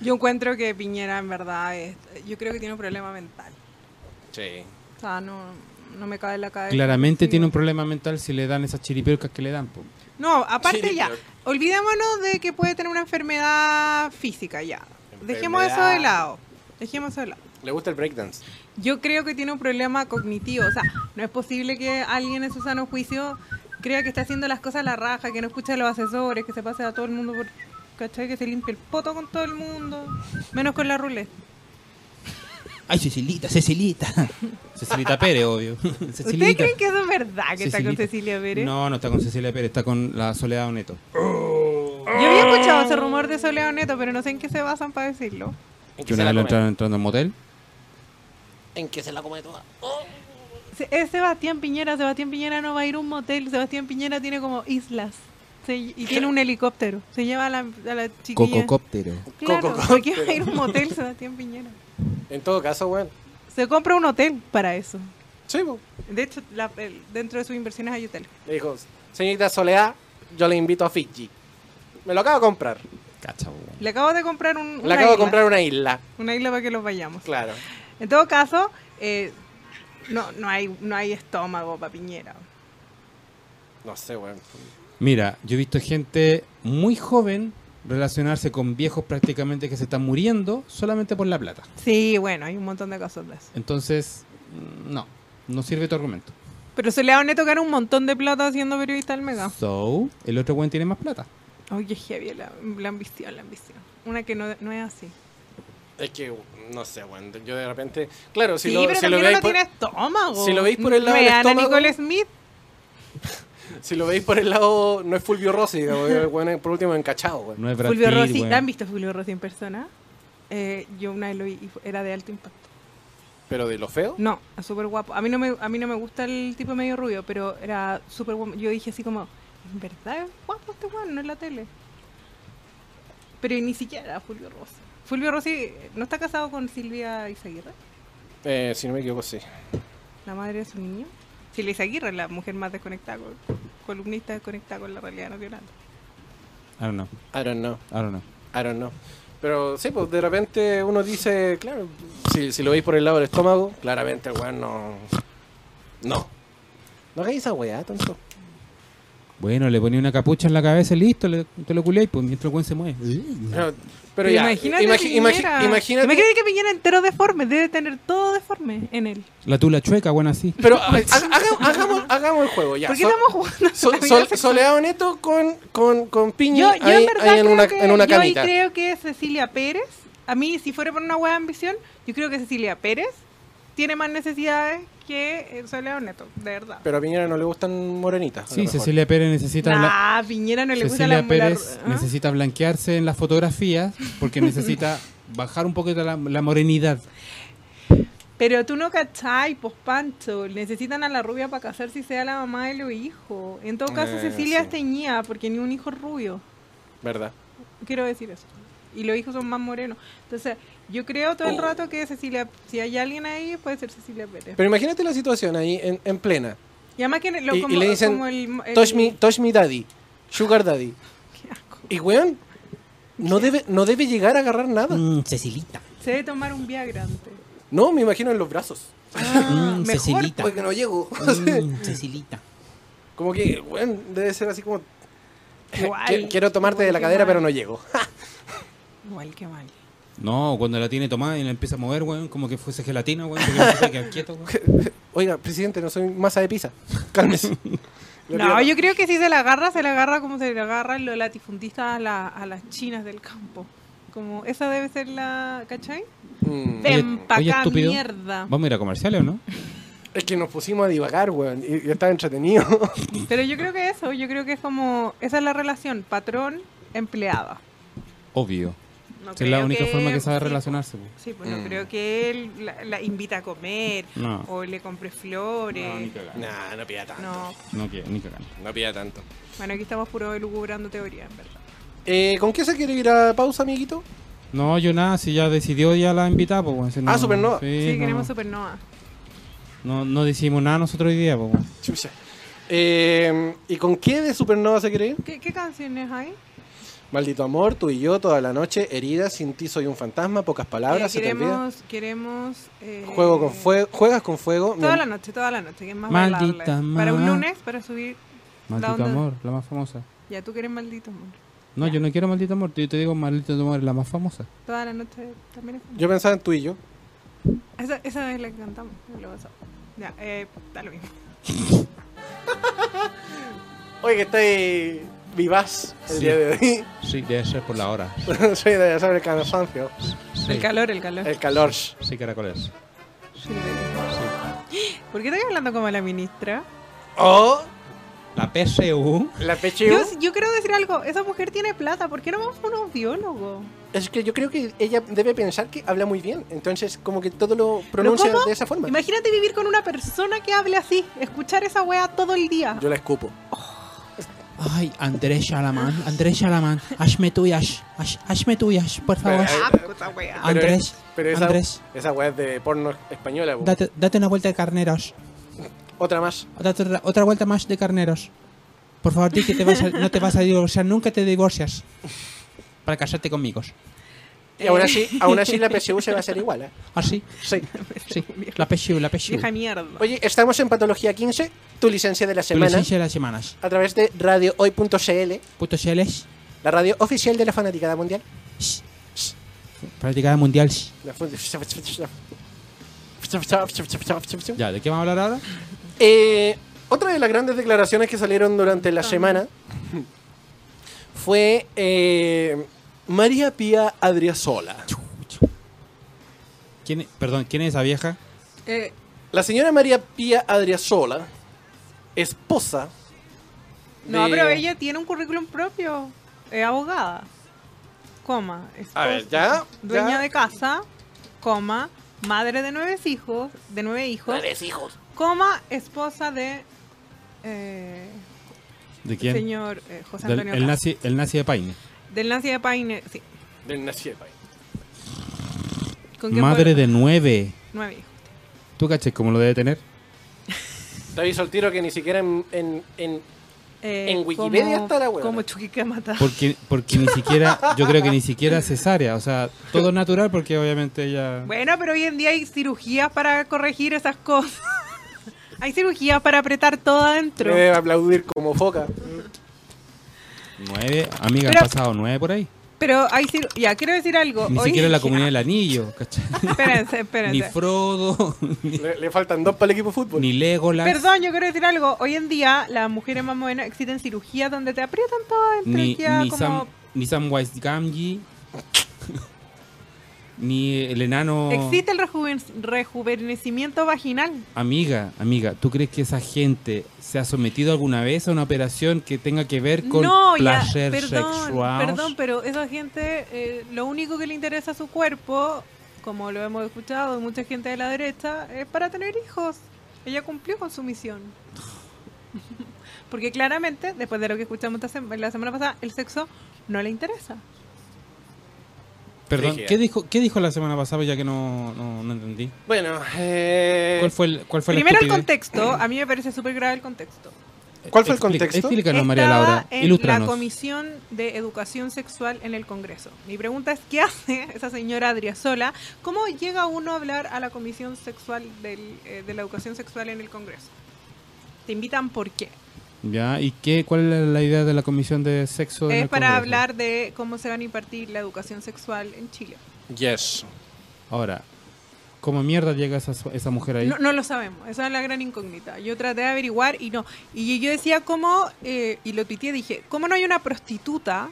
[SPEAKER 3] Yo encuentro que Piñera en verdad es, yo creo que tiene un problema mental.
[SPEAKER 1] Sí.
[SPEAKER 3] O sea, no, no me cae en la cabeza.
[SPEAKER 2] Claramente
[SPEAKER 3] Sí,
[SPEAKER 2] tiene un
[SPEAKER 3] bueno.
[SPEAKER 2] problema mental si le dan esas chiripiorcas que le dan. po.
[SPEAKER 3] No, aparte
[SPEAKER 1] Sí,
[SPEAKER 3] ya,
[SPEAKER 1] claro.
[SPEAKER 3] olvidémonos de que puede tener una enfermedad física ya. Dejemos eso de
[SPEAKER 1] Enfermedad.
[SPEAKER 3] lado. Dejemos eso de lado.
[SPEAKER 1] Le gusta el breakdance.
[SPEAKER 3] Yo creo que tiene un problema cognitivo. O sea, no es posible que alguien en su sano juicio crea que está haciendo las cosas a la raja, que no escucha a los asesores, que se pase a todo el mundo por. ¿Cachai? Que se limpie el poto con todo el mundo. Menos con la ruleta.
[SPEAKER 2] Ay, Cecilita, Cecilita. Cecilita Pérez, obvio.
[SPEAKER 3] ¿Ustedes
[SPEAKER 2] Cecilita.
[SPEAKER 3] creen que eso es verdad que está con
[SPEAKER 2] Cecilita.
[SPEAKER 3] Cecilia Pérez?
[SPEAKER 2] No, no está con Cecilia Pérez, está con la Soledad Oneto.
[SPEAKER 3] Yo había escuchado ese rumor de Soledad Neto, pero no sé en qué se basan para decirlo.
[SPEAKER 2] Que una vez lo entraron entrando al motel.
[SPEAKER 3] Se- Es Sebastián Piñera. Sebastián Piñera no va a ir a un motel. Sebastián Piñera tiene como islas. Se- y tiene un helicóptero. Se lleva a la, a la chiquilla.
[SPEAKER 2] Cococóptero.
[SPEAKER 3] Claro,
[SPEAKER 1] Coco-
[SPEAKER 3] ¿por qué va a ir a un motel Sebastián Piñera?
[SPEAKER 1] En todo caso, bueno.
[SPEAKER 3] Se compra un hotel para eso.
[SPEAKER 1] Sí, po.
[SPEAKER 3] De hecho, la- el- dentro de sus inversiones hay hotel.
[SPEAKER 1] Le dijo, señorita Soledad, yo le invito a Fiji. Me lo acabo de comprar.
[SPEAKER 2] Cacha, po.
[SPEAKER 3] Le acabo de comprar un,
[SPEAKER 1] Le
[SPEAKER 3] una
[SPEAKER 1] acabo de
[SPEAKER 3] isla.
[SPEAKER 1] comprar una isla.
[SPEAKER 3] Una isla para que los vayamos.
[SPEAKER 1] Claro.
[SPEAKER 3] En todo caso, eh, no, no, hay, no hay estómago para Piñera.
[SPEAKER 1] No sé, weón.
[SPEAKER 2] Mira, yo he visto gente muy joven relacionarse con viejos prácticamente que se están muriendo solamente por la plata.
[SPEAKER 3] Sí, bueno, hay un montón de casos de eso.
[SPEAKER 2] Entonces, mm, no, no sirve tu argumento.
[SPEAKER 3] Pero se le va a tocar un montón de plata haciendo periodista al mega.
[SPEAKER 2] So, el otro buen tiene más plata.
[SPEAKER 3] Oye, heavy la, la ambición, la ambición. Una que no, no es así.
[SPEAKER 1] Es que, no sé, weón. Yo de repente. Claro, si
[SPEAKER 3] sí,
[SPEAKER 1] lo,
[SPEAKER 3] pero
[SPEAKER 1] si lo
[SPEAKER 3] también
[SPEAKER 1] veis
[SPEAKER 3] uno
[SPEAKER 1] por,
[SPEAKER 3] tiene estómago.
[SPEAKER 1] si lo veis por el lado
[SPEAKER 3] No
[SPEAKER 1] del
[SPEAKER 3] es Ana
[SPEAKER 1] estómago-
[SPEAKER 3] Nicole Smith.
[SPEAKER 1] si lo veis por el lado, no es Fulvio Rossi, weón, weón, es por último encachado, weón.
[SPEAKER 2] No es Brad
[SPEAKER 3] Fulvio
[SPEAKER 2] Pitt,
[SPEAKER 3] Rossi.
[SPEAKER 2] weón.
[SPEAKER 3] ¿Han visto a Fulvio Rossi en persona? Eh, yo una vez lo vi y fu- era de alto impacto.
[SPEAKER 1] Pero de lo feo.
[SPEAKER 3] No, es súper guapo. A mí, no me, a mí no me gusta el tipo medio rubio, pero era súper guapo. Yo dije así como, en verdad es guapo este weón, no es la tele. Pero ni siquiera Fulvio Rossi. Fulvio Rossi eh, no está casado con Silvia Izaguirre,
[SPEAKER 1] Eh, si no me equivoco, sí.
[SPEAKER 3] la madre de su niño. Silvia Izaguirre, la mujer más desconectada, con- columnista desconectada con la realidad nacional.
[SPEAKER 2] I don't know,
[SPEAKER 1] I don't know.
[SPEAKER 2] I don't know.
[SPEAKER 1] I don't know. Pero sí, pues de repente uno dice, claro, si, si lo veis por el lado del estómago, claramente el weón no. No. No hagáis esa weá, tonto.
[SPEAKER 2] Bueno, le ponía una capucha en la cabeza y listo, le- te lo culéis, pues mientras el weón se mueve.
[SPEAKER 1] No, Pero ya,
[SPEAKER 3] imagínate,
[SPEAKER 1] imagi- imagi-
[SPEAKER 3] Piñera.
[SPEAKER 1] imagínate-
[SPEAKER 3] Imagínate que Piñera entero deforme, debe tener todo deforme en él.
[SPEAKER 2] La tula chueca, bueno, así.
[SPEAKER 1] Pero ha- haga- hagamos, hagamos el juego ya.
[SPEAKER 3] ¿Por qué
[SPEAKER 1] Sol-
[SPEAKER 3] estamos jugando? a
[SPEAKER 1] Sol-
[SPEAKER 3] la vida
[SPEAKER 1] Sol-
[SPEAKER 3] sexual?
[SPEAKER 1] soleado Neto con, con, con Piñi
[SPEAKER 3] Yo, yo
[SPEAKER 1] ahí,
[SPEAKER 3] en verdad
[SPEAKER 1] ahí en,
[SPEAKER 3] creo
[SPEAKER 1] una,
[SPEAKER 3] que,
[SPEAKER 1] en una
[SPEAKER 3] yo ahí
[SPEAKER 1] camita.
[SPEAKER 3] creo que Cecilia Pérez, a mí si fuera por una hueá de ambición, yo creo que Cecilia Pérez tiene más necesidades que eh, Soledad Neto, de verdad.
[SPEAKER 1] Pero a Piñera no le gustan morenitas. a lo
[SPEAKER 2] Sí,
[SPEAKER 1] mejor.
[SPEAKER 2] Cecilia Pérez necesita... bla-
[SPEAKER 3] nah, Ah, Piñera no le gusta la
[SPEAKER 2] Cecilia Pérez
[SPEAKER 3] la- ¿ah?
[SPEAKER 2] necesita blanquearse en las fotografías porque necesita bajar un poquito la, la morenidad.
[SPEAKER 3] Pero tú no cachai, pues Pancho, necesitan a la rubia para casar si sea la mamá de los hijos. En todo caso,
[SPEAKER 1] Eh,
[SPEAKER 3] Cecilia
[SPEAKER 1] sí.
[SPEAKER 3] es teñida porque ni un hijo es rubio.
[SPEAKER 1] ¿Verdad?
[SPEAKER 3] Quiero decir eso. Y los hijos son más morenos. Entonces, yo creo
[SPEAKER 1] Oh.
[SPEAKER 3] todo el rato que Cecilia, si hay alguien ahí, puede ser Cecilia Pérez.
[SPEAKER 1] Pero imagínate la situación ahí en, en plena.
[SPEAKER 3] Y además que lo-
[SPEAKER 1] Y- y
[SPEAKER 3] como,
[SPEAKER 1] le dicen,
[SPEAKER 3] como el, el-
[SPEAKER 1] Touch me, touch me daddy. Sugar daddy.
[SPEAKER 3] Qué asco.
[SPEAKER 1] Y weón, no debe, no debe llegar a agarrar nada.
[SPEAKER 2] Mm.
[SPEAKER 7] Cecilita.
[SPEAKER 3] Se debe tomar un Viagra antes.
[SPEAKER 1] No, me imagino en los brazos.
[SPEAKER 7] Mm,
[SPEAKER 3] Ah, mejor,
[SPEAKER 7] Cecilita.
[SPEAKER 1] Porque no llego.
[SPEAKER 7] Mm, Cecilita.
[SPEAKER 1] como que, weón, debe ser así como...
[SPEAKER 3] Igual,
[SPEAKER 1] "Qui- Quiero tomarte
[SPEAKER 3] igual
[SPEAKER 1] de la
[SPEAKER 3] que
[SPEAKER 1] cadera,
[SPEAKER 3] mal.
[SPEAKER 1] pero no llego.
[SPEAKER 3] Igual que mal.
[SPEAKER 2] No, cuando la tiene tomada y la empieza a mover, weón, como que fuese gelatina, weón, porque no se puede quedar quieto, weón.
[SPEAKER 1] Oiga, presidente, no soy masa de pizza. Cálmese. La
[SPEAKER 3] No,
[SPEAKER 1] tierra.
[SPEAKER 3] yo creo que si se la agarra, se la agarra como se le agarra los latifundistas a, la- a las chinas del campo. Como esa debe ser la. ¿Cachai?
[SPEAKER 1] Mm.
[SPEAKER 3] De
[SPEAKER 2] oye,
[SPEAKER 3] empacar
[SPEAKER 2] estúpido.
[SPEAKER 3] mierda.
[SPEAKER 2] Vamos a ir a comerciales, ¿o no?
[SPEAKER 1] Es que nos pusimos a divagar, weón. Y, y estaba entretenido.
[SPEAKER 3] Pero yo creo que eso, yo creo que es como. Esa es la relación patrón-empleada.
[SPEAKER 2] Obvio.
[SPEAKER 3] No
[SPEAKER 2] es la
[SPEAKER 3] creo
[SPEAKER 2] única forma que sabe
[SPEAKER 3] sí,
[SPEAKER 2] relacionarse.
[SPEAKER 3] pues, Sí, pues no
[SPEAKER 1] Mm.
[SPEAKER 3] creo que él la, la invita a comer
[SPEAKER 2] No.
[SPEAKER 3] o le compre flores.
[SPEAKER 1] nah, no pilla tanto.
[SPEAKER 3] No,
[SPEAKER 2] No, que, ni cagando.
[SPEAKER 1] No pilla tanto.
[SPEAKER 3] Bueno, aquí estamos puro elucubrando teoría, en verdad.
[SPEAKER 1] Eh, ¿Con qué se quiere ir a pausa, amiguito?
[SPEAKER 2] No, yo nada, si ya decidió ya la invitada, pues, weón. si no-
[SPEAKER 1] Ah, Supernova.
[SPEAKER 3] Sí,
[SPEAKER 2] Sí, no,
[SPEAKER 3] queremos supernova.
[SPEAKER 2] no, no decimos nada nosotros hoy día, pues, weón.
[SPEAKER 1] Chucha. Eh, ¿Y con qué de Supernova se quiere ir?
[SPEAKER 3] ¿Qué, qué canciones hay?
[SPEAKER 1] Maldito amor, tú y yo toda la noche, herida, sin ti soy un fantasma, pocas palabras,
[SPEAKER 3] Eh,
[SPEAKER 1] se te olvida.
[SPEAKER 3] queremos, queremos. eh,
[SPEAKER 1] Juego con fuego, juegas con fuego. mi
[SPEAKER 3] Toda
[SPEAKER 1] am-
[SPEAKER 3] la noche, toda la noche. que es más
[SPEAKER 2] Maldita
[SPEAKER 3] bailable. Para un
[SPEAKER 2] mamá.
[SPEAKER 3] lunes, para subir.
[SPEAKER 2] Maldito
[SPEAKER 3] onda?
[SPEAKER 2] amor, la más famosa.
[SPEAKER 3] Ya tú quieres maldito amor.
[SPEAKER 2] No, yo no quiero maldito amor, yo te digo maldito amor, la más famosa.
[SPEAKER 3] Toda la noche también es.
[SPEAKER 1] Yo pensaba en tú y yo.
[SPEAKER 3] Esa, esa es la que cantamos. Lo pasado. Ya, eh, da lo mismo.
[SPEAKER 1] Oye, que estáis vivaz el
[SPEAKER 2] Sí.
[SPEAKER 1] día de hoy.
[SPEAKER 2] Sí, debe ser por la hora.
[SPEAKER 1] soy de saber el cansancio,
[SPEAKER 3] El calor, el calor.
[SPEAKER 1] el calor.
[SPEAKER 2] Sí, caracoles.
[SPEAKER 3] Sí, ¿Por qué estás hablando como la ministra?
[SPEAKER 1] O
[SPEAKER 2] La PSU.
[SPEAKER 1] la PCU.
[SPEAKER 3] Yo, yo quiero decir algo. Esa mujer tiene plata. ¿Por qué no vamos a unos biólogos?
[SPEAKER 1] Es que yo creo que ella debe pensar que habla muy bien. Entonces, como que todo lo pronuncia
[SPEAKER 3] cómo?
[SPEAKER 1] de esa forma.
[SPEAKER 3] Imagínate vivir con una persona que hable así. Escuchar esa wea todo el día.
[SPEAKER 1] Yo la escupo.
[SPEAKER 7] Ay, Andrés Shalamán, Andrés Shalamán, hazme tuyas, haz- hazme tuyas, por favor.
[SPEAKER 1] Pero,
[SPEAKER 3] Asco esa wea.
[SPEAKER 7] Ah, Andrés,
[SPEAKER 1] pero esa,
[SPEAKER 7] Andrés.
[SPEAKER 1] esa weá es de porno española. po.
[SPEAKER 7] Date, date una vuelta de carneros,
[SPEAKER 1] Otra más.
[SPEAKER 7] date otra, otra vuelta más de carneros. Por favor, di que te vas a- no te vas a divorciar, nunca te divorcias para casarte conmigo.
[SPEAKER 1] Y aún así, aún así la PSU se va a hacer igual. ¿eh?
[SPEAKER 7] Así,
[SPEAKER 1] Sí.
[SPEAKER 7] ¿Ah, sí, la PSU, la PSU.
[SPEAKER 3] Vieja mierda.
[SPEAKER 1] Oye, estamos en Patología 15, tu licencia de la
[SPEAKER 7] Tu
[SPEAKER 1] semana,
[SPEAKER 7] licencia de las semanas.
[SPEAKER 1] a través de radiohoy.cl,
[SPEAKER 7] Puto CLs,
[SPEAKER 1] la radio oficial de la Fanaticada Mundial.
[SPEAKER 7] shh, shh. practicada mundial. shh.
[SPEAKER 1] La fu-
[SPEAKER 2] Ya, ¿de qué vamos a hablar ahora?
[SPEAKER 1] Eh, otra de las grandes declaraciones que salieron durante la semana fue eh, María Pía Adriasola.
[SPEAKER 2] ¿Quién, es- perdón, ¿quién es esa vieja?
[SPEAKER 3] Eh,
[SPEAKER 1] La señora María Pía Adriasola, esposa.
[SPEAKER 3] No,
[SPEAKER 1] de-
[SPEAKER 3] pero ella tiene un currículum propio. Es abogada. Coma. esposa,
[SPEAKER 1] A ver, ya,
[SPEAKER 3] Dueña
[SPEAKER 1] ya.
[SPEAKER 3] de casa. Coma. Madre de nueve hijos. De nueve hijos.
[SPEAKER 1] Tres hijos.
[SPEAKER 3] Coma. Esposa de. eh,
[SPEAKER 2] ¿De quién?
[SPEAKER 3] señor eh, José
[SPEAKER 2] Del-
[SPEAKER 3] Antonio.
[SPEAKER 2] el,
[SPEAKER 3] Castro.
[SPEAKER 2] nazi, el nazi de Paine.
[SPEAKER 3] Del Nancy de Paine. Sí.
[SPEAKER 1] Del nacido de país.
[SPEAKER 3] ¿Con quién
[SPEAKER 2] Madre
[SPEAKER 3] fue?
[SPEAKER 2] de nueve.
[SPEAKER 3] Nueve hijos.
[SPEAKER 2] ¿Tú caché cómo lo debe tener?
[SPEAKER 1] Te aviso al tiro que ni siquiera en, en- en-
[SPEAKER 3] Eh,
[SPEAKER 1] En Wikipedia
[SPEAKER 3] como-
[SPEAKER 1] está la huevona.
[SPEAKER 3] Como Chuquicamata.
[SPEAKER 2] Porque, porque ni siquiera, yo creo que ni siquiera cesárea. O sea, todo natural porque obviamente ella...
[SPEAKER 3] Bueno, pero hoy en día hay cirugías para corregir esas cosas. Hay cirugía para apretar todo adentro.
[SPEAKER 1] Debe aplaudir como foca.
[SPEAKER 2] Nueve, amiga,
[SPEAKER 3] Pero-
[SPEAKER 2] han pasado nueve por ahí.
[SPEAKER 3] Pero hay cir- Ya, quiero decir algo.
[SPEAKER 2] Ni
[SPEAKER 3] Hoy-
[SPEAKER 2] siquiera la comunidad del anillo, ¿cachai?
[SPEAKER 3] Espérense,
[SPEAKER 2] Ni
[SPEAKER 3] espérense.
[SPEAKER 2] Frodo,
[SPEAKER 1] Le, le faltan dos para el equipo de fútbol.
[SPEAKER 2] ni Legolas,
[SPEAKER 3] Perdón, yo quiero decir algo. Hoy en día, las mujeres más modernas existen cirugías donde te aprietan todo adentro. y
[SPEAKER 2] ni,
[SPEAKER 3] queda
[SPEAKER 2] ni,
[SPEAKER 3] como...
[SPEAKER 2] Sam, ni Samwise Gamgee, ni el enano...
[SPEAKER 3] Existe el rejuven- rejuvenecimiento vaginal.
[SPEAKER 2] Amiga, amiga, ¿tú crees que esa gente se ha sometido alguna vez a una operación que tenga que ver con
[SPEAKER 3] no, ya,
[SPEAKER 2] placer
[SPEAKER 3] perdón,
[SPEAKER 2] sexual?
[SPEAKER 3] perdón, pero esa gente, eh, lo único que le interesa a su cuerpo, como lo hemos escuchado de mucha gente de la derecha, es para tener hijos. Ella cumplió con su misión. Porque claramente, después de lo que escuchamos esta sem- la semana pasada, el sexo no le interesa.
[SPEAKER 2] Perdón,
[SPEAKER 1] Brígida.
[SPEAKER 2] ¿qué dijo, ¿qué dijo la semana pasada ya que no, no, no entendí?
[SPEAKER 1] Bueno, eh,
[SPEAKER 2] ¿Cuál fue el, cuál fue la
[SPEAKER 3] Primero el
[SPEAKER 2] estupidez? Eh,
[SPEAKER 3] contexto, a mí me parece súper grave el contexto.
[SPEAKER 1] ¿Cuál fue el
[SPEAKER 2] Explica-
[SPEAKER 1] contexto?
[SPEAKER 2] Explícanos, María
[SPEAKER 3] Estaba
[SPEAKER 2] Laura.
[SPEAKER 3] en la
[SPEAKER 2] Ilústranos.
[SPEAKER 3] Comisión de Educación Sexual en el Congreso. Mi pregunta es, ¿qué hace esa señora Adriasola? ¿Cómo llega uno a hablar a la Comisión Sexual del, eh, de la Educación Sexual en el Congreso? ¿Te invitan por qué?
[SPEAKER 2] Ya, ¿y qué, cuál es la idea de la Comisión de Sexo? en
[SPEAKER 3] Es
[SPEAKER 2] el
[SPEAKER 3] para
[SPEAKER 2] Congreso?
[SPEAKER 3] hablar de cómo se van a impartir la educación sexual en Chile.
[SPEAKER 1] Yes.
[SPEAKER 2] Ahora, ¿cómo mierda llega esa, esa mujer ahí?
[SPEAKER 3] No, no lo sabemos, esa es la gran incógnita. Yo traté de averiguar y no. Y yo decía cómo, eh, y lo tuiteé, dije, ¿cómo no hay una prostituta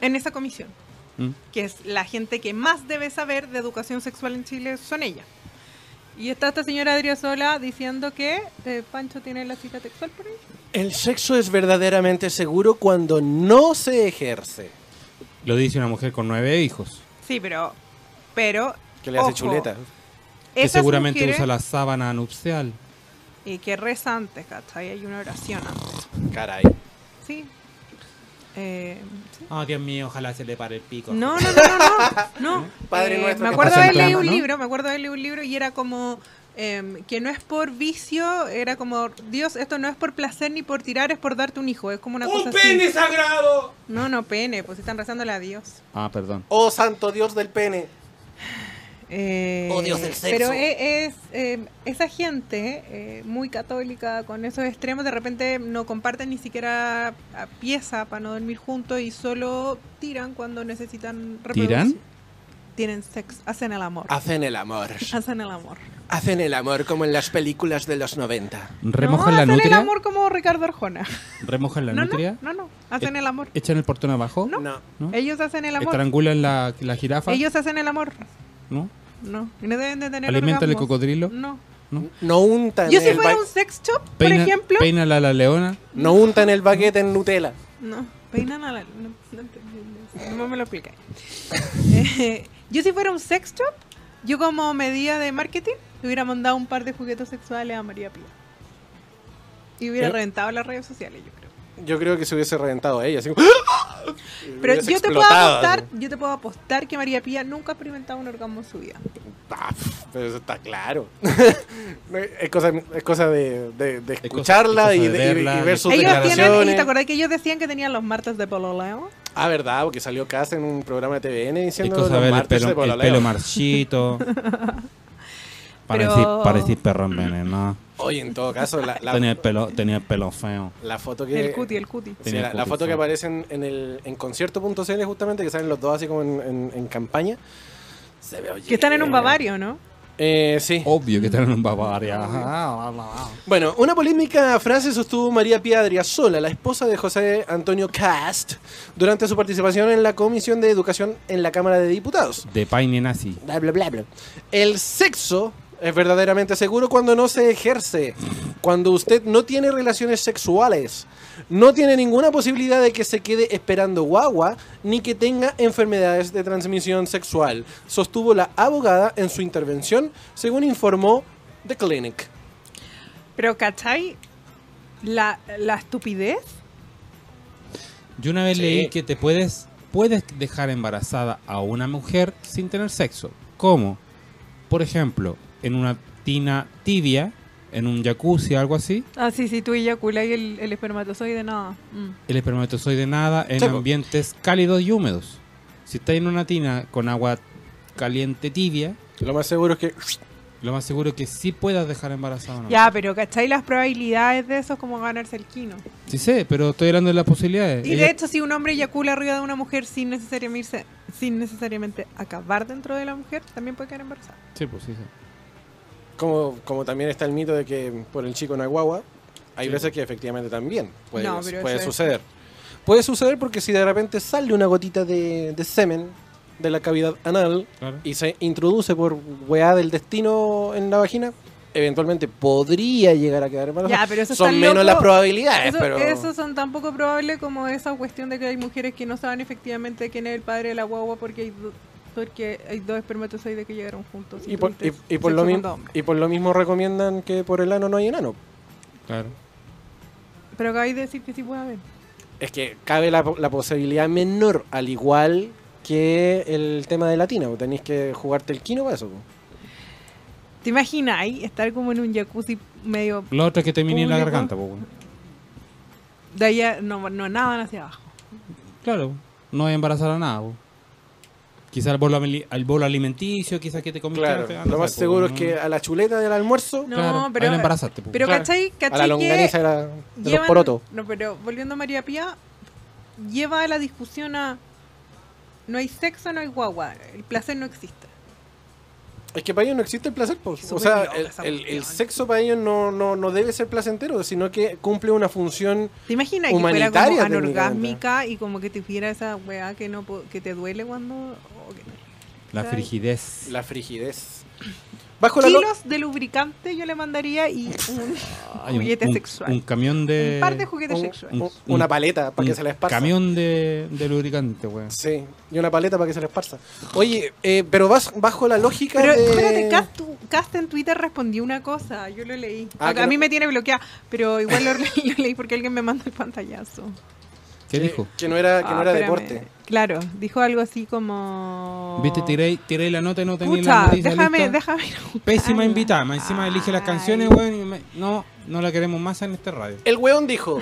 [SPEAKER 3] en esa comisión?
[SPEAKER 2] ¿Mm?
[SPEAKER 3] Que es la gente que más debe saber de educación sexual en Chile, son ellas. Y está esta señora Adriosola diciendo que eh, Pancho tiene la cita textual por ahí.
[SPEAKER 1] El sexo es verdaderamente seguro cuando no se ejerce.
[SPEAKER 2] Lo dice una mujer con nueve hijos,
[SPEAKER 3] Sí, pero... pero
[SPEAKER 1] Que le hace
[SPEAKER 3] ojo,
[SPEAKER 1] chuleta.
[SPEAKER 2] que
[SPEAKER 3] esas
[SPEAKER 2] seguramente
[SPEAKER 3] mujeres-
[SPEAKER 2] usa la sábana nupcial.
[SPEAKER 3] Y que reza antes, ¿cachai? Hay una oración antes.
[SPEAKER 1] Caray.
[SPEAKER 3] Sí. Eh, sí.
[SPEAKER 7] Oh, Dios mío, ojalá se le pare el pico.
[SPEAKER 3] No, no, no, no, no. no.
[SPEAKER 1] Padre nuestro
[SPEAKER 3] Me
[SPEAKER 1] que
[SPEAKER 3] acuerdo de
[SPEAKER 2] estás
[SPEAKER 3] haber
[SPEAKER 2] en
[SPEAKER 3] leído un
[SPEAKER 2] cama, ¿no?
[SPEAKER 3] libro, me acuerdo de haber leído un libro y era como em, que no es por vicio, era como Dios, esto no es por placer ni por tirar, es por darte un hijo, es como una cosa así.
[SPEAKER 1] sagrado!
[SPEAKER 3] No, no pene, pues están rezándole a Dios.
[SPEAKER 2] Ah, perdón.
[SPEAKER 1] Oh, santo Dios del pene.
[SPEAKER 3] Eh,
[SPEAKER 1] Oh, Dios del sexo.
[SPEAKER 3] Pero e- es, em, esa gente eh, muy católica con esos extremos de repente no comparten ni siquiera a pieza para no dormir juntos y solo tiran cuando necesitan reproducir.
[SPEAKER 2] ¿Tiran?
[SPEAKER 3] Tienen sexo, hacen el amor.
[SPEAKER 1] Hacen el amor.
[SPEAKER 3] Hacen el amor.
[SPEAKER 1] Hacen el amor como en las películas de los 90.
[SPEAKER 2] Remojan
[SPEAKER 3] no,
[SPEAKER 2] la
[SPEAKER 3] hacen el
[SPEAKER 2] nutria,
[SPEAKER 3] amor como Ricardo Arjona.
[SPEAKER 2] remojan la
[SPEAKER 3] No,
[SPEAKER 2] nutria,
[SPEAKER 3] no, no, no. Hacen el amor.
[SPEAKER 2] echan el portón abajo,
[SPEAKER 3] No.
[SPEAKER 1] No.
[SPEAKER 2] ¿no?
[SPEAKER 3] Ellos hacen el amor.
[SPEAKER 2] estrangulan la, la jirafa,
[SPEAKER 3] Ellos hacen el amor.
[SPEAKER 2] ¿no?
[SPEAKER 3] No. Y no deben de tener
[SPEAKER 2] alimentan el
[SPEAKER 3] orgasmos.
[SPEAKER 2] cocodrilo,
[SPEAKER 3] No.
[SPEAKER 1] No untan,
[SPEAKER 3] Yo si
[SPEAKER 1] el
[SPEAKER 3] fuera
[SPEAKER 1] ba-
[SPEAKER 3] un sex shop,
[SPEAKER 2] peinan,
[SPEAKER 3] por ejemplo.
[SPEAKER 2] peinan a la leona.
[SPEAKER 1] no untan el baguete en Nutella.
[SPEAKER 3] No, peinan a la. No, no entendí eso. No me lo expliqué. Eh, yo si fuera un sex shop, yo como medida de marketing, le hubiera mandado un par de juguetes sexuales a María Pía. Y hubiera
[SPEAKER 1] ¿Eh?
[SPEAKER 3] reventado las redes sociales, yo creo.
[SPEAKER 1] Yo creo que se hubiese reventado a ella. así como- "¡Ah!".
[SPEAKER 3] Pero
[SPEAKER 1] Hubiese
[SPEAKER 3] yo te, puedo
[SPEAKER 1] explotado,
[SPEAKER 3] apostar,
[SPEAKER 1] así.
[SPEAKER 3] yo te puedo apostar que María Pía nunca ha experimentado un orgasmo en su vida.
[SPEAKER 1] Ah, pf, pero eso está claro. es cosa, es cosa de, de- de
[SPEAKER 2] cosa-
[SPEAKER 1] escucharla
[SPEAKER 2] es cosa
[SPEAKER 1] y,
[SPEAKER 2] de
[SPEAKER 1] de- y-
[SPEAKER 2] verla,
[SPEAKER 1] y
[SPEAKER 2] de-
[SPEAKER 1] ver sus
[SPEAKER 3] Ellos tienen, ¿y
[SPEAKER 1] declaraciones.
[SPEAKER 3] ¿te acordás que ellos decían que tenían los martes de pololeo?
[SPEAKER 1] Ah, verdad, porque salió Casa en un programa de TVN
[SPEAKER 2] Es
[SPEAKER 1] diciendo
[SPEAKER 2] cosa
[SPEAKER 1] los
[SPEAKER 2] ver el
[SPEAKER 1] martes de
[SPEAKER 2] pelo, el
[SPEAKER 1] pololeo.
[SPEAKER 2] pelo marchito.
[SPEAKER 5] Para
[SPEAKER 3] Pero-
[SPEAKER 5] decir, para decir perro envenenado.
[SPEAKER 1] Oye, en todo caso, la, la-
[SPEAKER 5] Tenía el pelo, tenía el pelo feo.
[SPEAKER 1] la foto que...
[SPEAKER 3] El cuti, el cuti.
[SPEAKER 1] Sí, la, la
[SPEAKER 5] Tenía
[SPEAKER 1] foto que
[SPEAKER 5] Coca-Cola.
[SPEAKER 1] aparece en, en el en concierto.cl justamente, que salen los dos así como en, en- en campaña. Se ve oye.
[SPEAKER 3] Que están en un Bavario, ¿no?
[SPEAKER 1] Eh, sí.
[SPEAKER 4] Oh.
[SPEAKER 2] Obvio que están en un Bavaria.
[SPEAKER 1] Bueno, una polémica frase sostuvo María Pía Adriasola, la esposa de José Antonio Cast, durante su participación en la Comisión de Educación en la Cámara de Diputados.
[SPEAKER 2] De paine nazi.
[SPEAKER 1] Bla, bla, bla, bla. El sexo es verdaderamente seguro cuando no se ejerce, cuando usted no tiene relaciones sexuales, no tiene ninguna posibilidad de que se quede esperando guagua ni que tenga enfermedades de transmisión sexual, sostuvo la abogada en su intervención, según informó The Clinic.
[SPEAKER 3] Pero, ¿cachai? La, la estupidez.
[SPEAKER 2] Yo una vez
[SPEAKER 1] Sí.
[SPEAKER 2] leí que te puedes, puedes dejar embarazada a una mujer sin tener sexo. ¿Cómo? Por ejemplo, en una tina tibia, en un jacuzzi, algo así,
[SPEAKER 3] Ah, sí, sí, tú eyaculas y el, el espermatozoide, nada. Mm.
[SPEAKER 1] Ah.
[SPEAKER 2] el espermatozoide nada en
[SPEAKER 1] Sí, po.
[SPEAKER 2] ambientes cálidos y húmedos. Si estás en una tina con agua caliente tibia,
[SPEAKER 1] Lo más seguro es que
[SPEAKER 2] Lo más seguro es que sí puedas dejar embarazada. ¿no?
[SPEAKER 3] Ya, pero ¿cachai las probabilidades de eso es como ganarse el quino?
[SPEAKER 2] Sí sé, pero estoy hablando de las posibilidades.
[SPEAKER 3] Y
[SPEAKER 2] Ella-
[SPEAKER 3] de hecho, si un hombre eyacula arriba de una mujer sin necesariamente, sin necesariamente acabar dentro de la mujer, también puede quedar embarazada.
[SPEAKER 2] Sí, pues sí. sí.
[SPEAKER 1] Como, como también está el mito de que por el chico en guagua, hay veces que efectivamente también puede,
[SPEAKER 3] No, pero
[SPEAKER 1] puede
[SPEAKER 3] eso es-
[SPEAKER 1] suceder. Puede suceder porque si de repente sale una gotita de, de semen de la cavidad anal
[SPEAKER 2] Claro.
[SPEAKER 1] y se introduce por weá del destino en la vagina, eventualmente podría llegar a quedar embarazada.
[SPEAKER 3] Ya, pero eso
[SPEAKER 1] Son
[SPEAKER 3] está
[SPEAKER 1] menos
[SPEAKER 3] loco.
[SPEAKER 1] las probabilidades,
[SPEAKER 3] Eso,
[SPEAKER 1] pero...
[SPEAKER 3] eso son tan poco probables como esa cuestión de que hay mujeres que no saben efectivamente quién es el padre de la guagua porque hay, do- porque hay dos espermatozoides que llegaron juntos.
[SPEAKER 1] Y por, y-
[SPEAKER 3] tuviste
[SPEAKER 1] y por lo
[SPEAKER 3] sexo con
[SPEAKER 1] mi-
[SPEAKER 3] dos hombres.
[SPEAKER 1] y por lo mismo recomiendan que por el ano no hay enano.
[SPEAKER 2] Claro.
[SPEAKER 3] Pero acabáis de decir que sí puede haber.
[SPEAKER 1] Es que cabe la, la posibilidad menor, al igual que el tema de latina. vos Tenéis que jugarte el quino para eso. pues. po.
[SPEAKER 3] ¿Te imagináis estar como en un jacuzzi medio
[SPEAKER 2] Lo otro es que te mine la
[SPEAKER 3] Público.
[SPEAKER 2] garganta, pues. weón.
[SPEAKER 3] de allá, no, no nadan hacia abajo?
[SPEAKER 2] Claro, no voy a embarazar a nada, pues. Quizás al bolo, ameli- al bolo alimenticio, quizás que te comiste.
[SPEAKER 1] Claro,
[SPEAKER 2] antes,
[SPEAKER 1] lo
[SPEAKER 2] no
[SPEAKER 1] más
[SPEAKER 2] sé, pues,
[SPEAKER 1] seguro es
[SPEAKER 2] no.
[SPEAKER 1] que a la chuleta del almuerzo,
[SPEAKER 3] No,
[SPEAKER 2] Claro, ahí
[SPEAKER 3] pero,
[SPEAKER 2] la embarazaste, pues.
[SPEAKER 3] pero
[SPEAKER 1] Claro.
[SPEAKER 3] ¿cachai?
[SPEAKER 1] a la
[SPEAKER 3] ¿cachai que
[SPEAKER 1] longaniza de, la- de los
[SPEAKER 3] llevan-
[SPEAKER 1] porotos.
[SPEAKER 3] No, pero volviendo a María Pía, lleva la discusión a no hay sexo, no hay guagua, el placer no existe.
[SPEAKER 1] Es que para ellos no existe el placer. po. O
[SPEAKER 3] Súper
[SPEAKER 1] sea,
[SPEAKER 3] loca
[SPEAKER 1] el,
[SPEAKER 3] esa
[SPEAKER 1] el- el
[SPEAKER 3] cuestión.
[SPEAKER 1] sexo para ellos no, no, no debe ser placentero, sino que cumple una función.
[SPEAKER 3] ¿Te imaginas que fuera como
[SPEAKER 1] Humanitaria,
[SPEAKER 3] anorgásmica y como que te hubiera esa weá que no po- que te duele cuando o que-
[SPEAKER 2] La
[SPEAKER 3] ¿cachai?
[SPEAKER 2] frigidez.
[SPEAKER 1] La frigidez. Bajo la, lo-
[SPEAKER 3] Kilos de lubricante yo le mandaría y un
[SPEAKER 2] Hay
[SPEAKER 3] juguete sexual.
[SPEAKER 2] Un camión de.
[SPEAKER 3] un par de juguetes
[SPEAKER 1] un-
[SPEAKER 3] sexuales.
[SPEAKER 1] un- una paleta para que
[SPEAKER 2] un
[SPEAKER 1] se la esparza.
[SPEAKER 2] Camión de, de lubricante, weón.
[SPEAKER 1] Sí, y una paleta para que se la esparza. Oye, eh, pero vas bajo la lógica
[SPEAKER 3] Pero
[SPEAKER 1] de...
[SPEAKER 3] espérate, Cast, tu- Cast en Twitter respondió una cosa, yo lo leí.
[SPEAKER 1] Ah,
[SPEAKER 3] a,
[SPEAKER 1] que
[SPEAKER 3] a
[SPEAKER 1] no-
[SPEAKER 3] mí me tiene bloqueada, pero igual lo, leí- lo leí porque alguien me mandó el pantallazo.
[SPEAKER 2] ¿Qué
[SPEAKER 1] que,
[SPEAKER 2] dijo?
[SPEAKER 1] Que no era, que no
[SPEAKER 3] Ah,
[SPEAKER 1] era
[SPEAKER 3] espérame.
[SPEAKER 1] deporte.
[SPEAKER 3] Claro, dijo algo así como...
[SPEAKER 2] Viste, tiré, tiré la nota y no tenía la
[SPEAKER 3] Pucha,
[SPEAKER 2] noticia
[SPEAKER 3] déjame,
[SPEAKER 2] lista.
[SPEAKER 3] déjame.
[SPEAKER 2] Pésima
[SPEAKER 3] Ah,
[SPEAKER 2] invitada, más encima elige las
[SPEAKER 3] ay.
[SPEAKER 2] canciones, weón. y me- No, no la queremos más en este radio.
[SPEAKER 1] El weón dijo...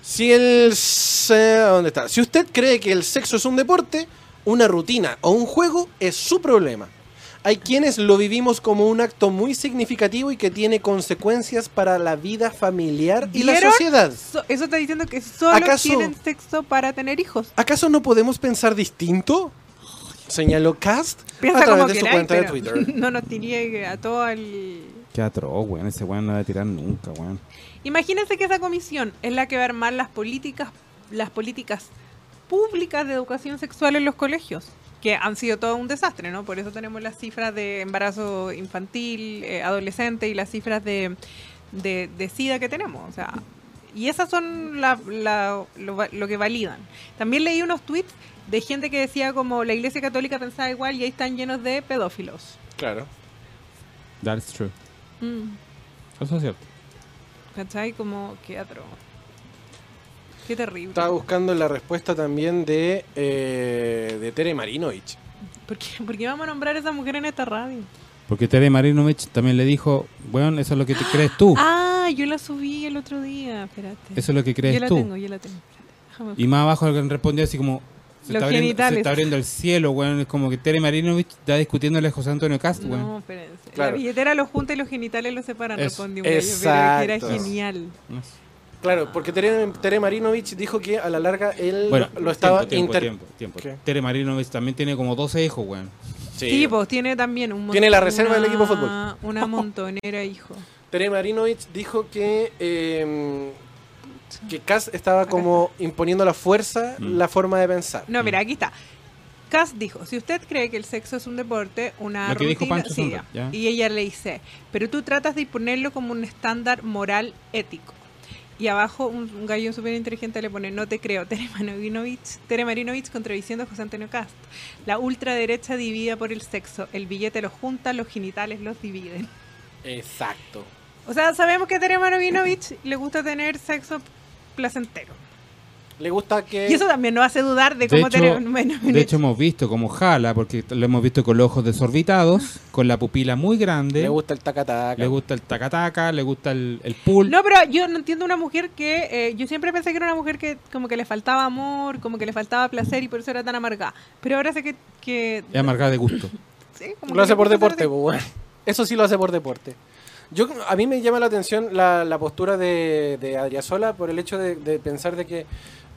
[SPEAKER 1] Si el... se- ¿Dónde está? Si usted cree que el sexo es un deporte, una rutina o un juego es su problema. Hay quienes lo vivimos como un acto muy significativo y que tiene consecuencias para la vida familiar y la
[SPEAKER 3] ¿Vieron?
[SPEAKER 1] sociedad.
[SPEAKER 3] So- eso está diciendo que solo
[SPEAKER 1] ¿Acaso-
[SPEAKER 3] tienen sexo para tener hijos.
[SPEAKER 1] ¿Acaso no podemos pensar distinto? Señaló Cast a
[SPEAKER 3] Piensa
[SPEAKER 1] través
[SPEAKER 3] como
[SPEAKER 1] de su
[SPEAKER 3] queráis,
[SPEAKER 1] cuenta de
[SPEAKER 3] pero
[SPEAKER 1] Twitter.
[SPEAKER 3] no nos tiré a todo el...
[SPEAKER 2] Qué atroz, weón. Ese weón no va a tirar nunca, weón.
[SPEAKER 3] Imagínense que esa comisión es la que va a armar las políticas, las políticas públicas de educación sexual en los colegios, que han sido todo un desastre, ¿no? Por eso tenemos las cifras de embarazo infantil, eh, adolescente y las cifras de, de, de SIDA que tenemos. O sea, y esas son la- la- lo, va- lo que validan. También leí unos tweets de gente que decía como la Iglesia Católica pensaba igual y ahí están llenos de pedófilos.
[SPEAKER 1] Claro.
[SPEAKER 2] That's true. Eso es cierto.
[SPEAKER 3] ¿Cachai? Como, qué atroz. Qué terrible.
[SPEAKER 1] Estaba buscando la respuesta también de, eh, de Tere Marinovich.
[SPEAKER 3] ¿Por qué, por qué vamos a nombrar a esa mujer en esta radio?
[SPEAKER 2] Porque Tere Marinovich también le dijo, weón, eso es lo que te crees tú.
[SPEAKER 3] Ah, yo la subí el otro día, espérate.
[SPEAKER 2] Eso es lo que
[SPEAKER 3] yo
[SPEAKER 2] crees
[SPEAKER 3] la
[SPEAKER 2] tú.
[SPEAKER 3] tengo, yo la tengo. espérate, déjame
[SPEAKER 2] Y más abajo alguien respondió así como... Se
[SPEAKER 3] Los
[SPEAKER 2] está, abriendo, se
[SPEAKER 3] genitales.
[SPEAKER 2] está abriendo el cielo, weón. Es como que Tere Marinovich está discutiéndole a José Antonio Cast,
[SPEAKER 3] buscar.
[SPEAKER 2] weón.
[SPEAKER 3] No, espérense.
[SPEAKER 1] Claro.
[SPEAKER 3] La billetera los junta y los genitales los separan,
[SPEAKER 2] Eso.
[SPEAKER 3] respondió un gallo, pero que era
[SPEAKER 1] Exacto.
[SPEAKER 3] genial.
[SPEAKER 1] Claro, porque Tere, Tere Marinovich dijo que a la larga él
[SPEAKER 2] Bueno,
[SPEAKER 1] lo estaba
[SPEAKER 2] tiempo,
[SPEAKER 1] inter-
[SPEAKER 2] tiempo, tiempo,
[SPEAKER 1] ¿Qué?
[SPEAKER 2] tiempo. Tere Marinovich también tiene como 12 hijos, weón.
[SPEAKER 1] Sí.
[SPEAKER 3] Sí, pues tiene también un mon-
[SPEAKER 1] Tiene la reserva del
[SPEAKER 3] una-
[SPEAKER 1] equipo de fútbol.
[SPEAKER 3] Una montonera, hijo.
[SPEAKER 1] Tere Marinovich dijo que eh, que Cass estaba como imponiendo a la fuerza
[SPEAKER 2] Mm.
[SPEAKER 1] la forma de pensar.
[SPEAKER 3] No, mira, aquí está. Cass dijo, si usted cree que el sexo es un deporte, una
[SPEAKER 2] Lo que dijo
[SPEAKER 3] rutina,
[SPEAKER 2] Pancho
[SPEAKER 3] sí,
[SPEAKER 2] Sombra,
[SPEAKER 3] ya.
[SPEAKER 2] ya.
[SPEAKER 3] y ella le dice, pero tú tratas de imponerlo como un estándar moral ético. Y abajo un, un gallo súper inteligente le pone, no te creo, Tere Marinovich, Tere Marinovich contradiciendo a José Antonio Cast. La ultraderecha divida por el sexo, el billete los junta, los genitales los dividen.
[SPEAKER 1] Exacto.
[SPEAKER 3] O sea, sabemos que a Tere Marinovich le gusta tener sexo placentero.
[SPEAKER 1] Le gusta que
[SPEAKER 3] Y eso también nos hace dudar de
[SPEAKER 2] Eh, De
[SPEAKER 3] cómo
[SPEAKER 2] hecho,
[SPEAKER 3] Tere Marinovich...
[SPEAKER 2] de hecho hemos visto como jala, porque lo hemos visto con los ojos desorbitados, con la pupila muy grande.
[SPEAKER 1] le gusta el tacataca.
[SPEAKER 2] Le gusta el tacataca, le gusta el, el pool.
[SPEAKER 3] No, pero yo no entiendo una mujer que. eh, yo siempre pensé que era una mujer que, como que le faltaba amor, como que le faltaba placer y por eso era tan amargada. Pero ahora sé que. que
[SPEAKER 2] Es amargada de gusto.
[SPEAKER 3] Sí, como que
[SPEAKER 1] Lo hace
[SPEAKER 3] le
[SPEAKER 1] por
[SPEAKER 3] gusta
[SPEAKER 1] deporte,
[SPEAKER 3] hacer
[SPEAKER 1] pues, weón. Eso sí lo hace por deporte. Yo, a mí me llama la atención la, la postura de, de Adriasola por el hecho de, de pensar de que,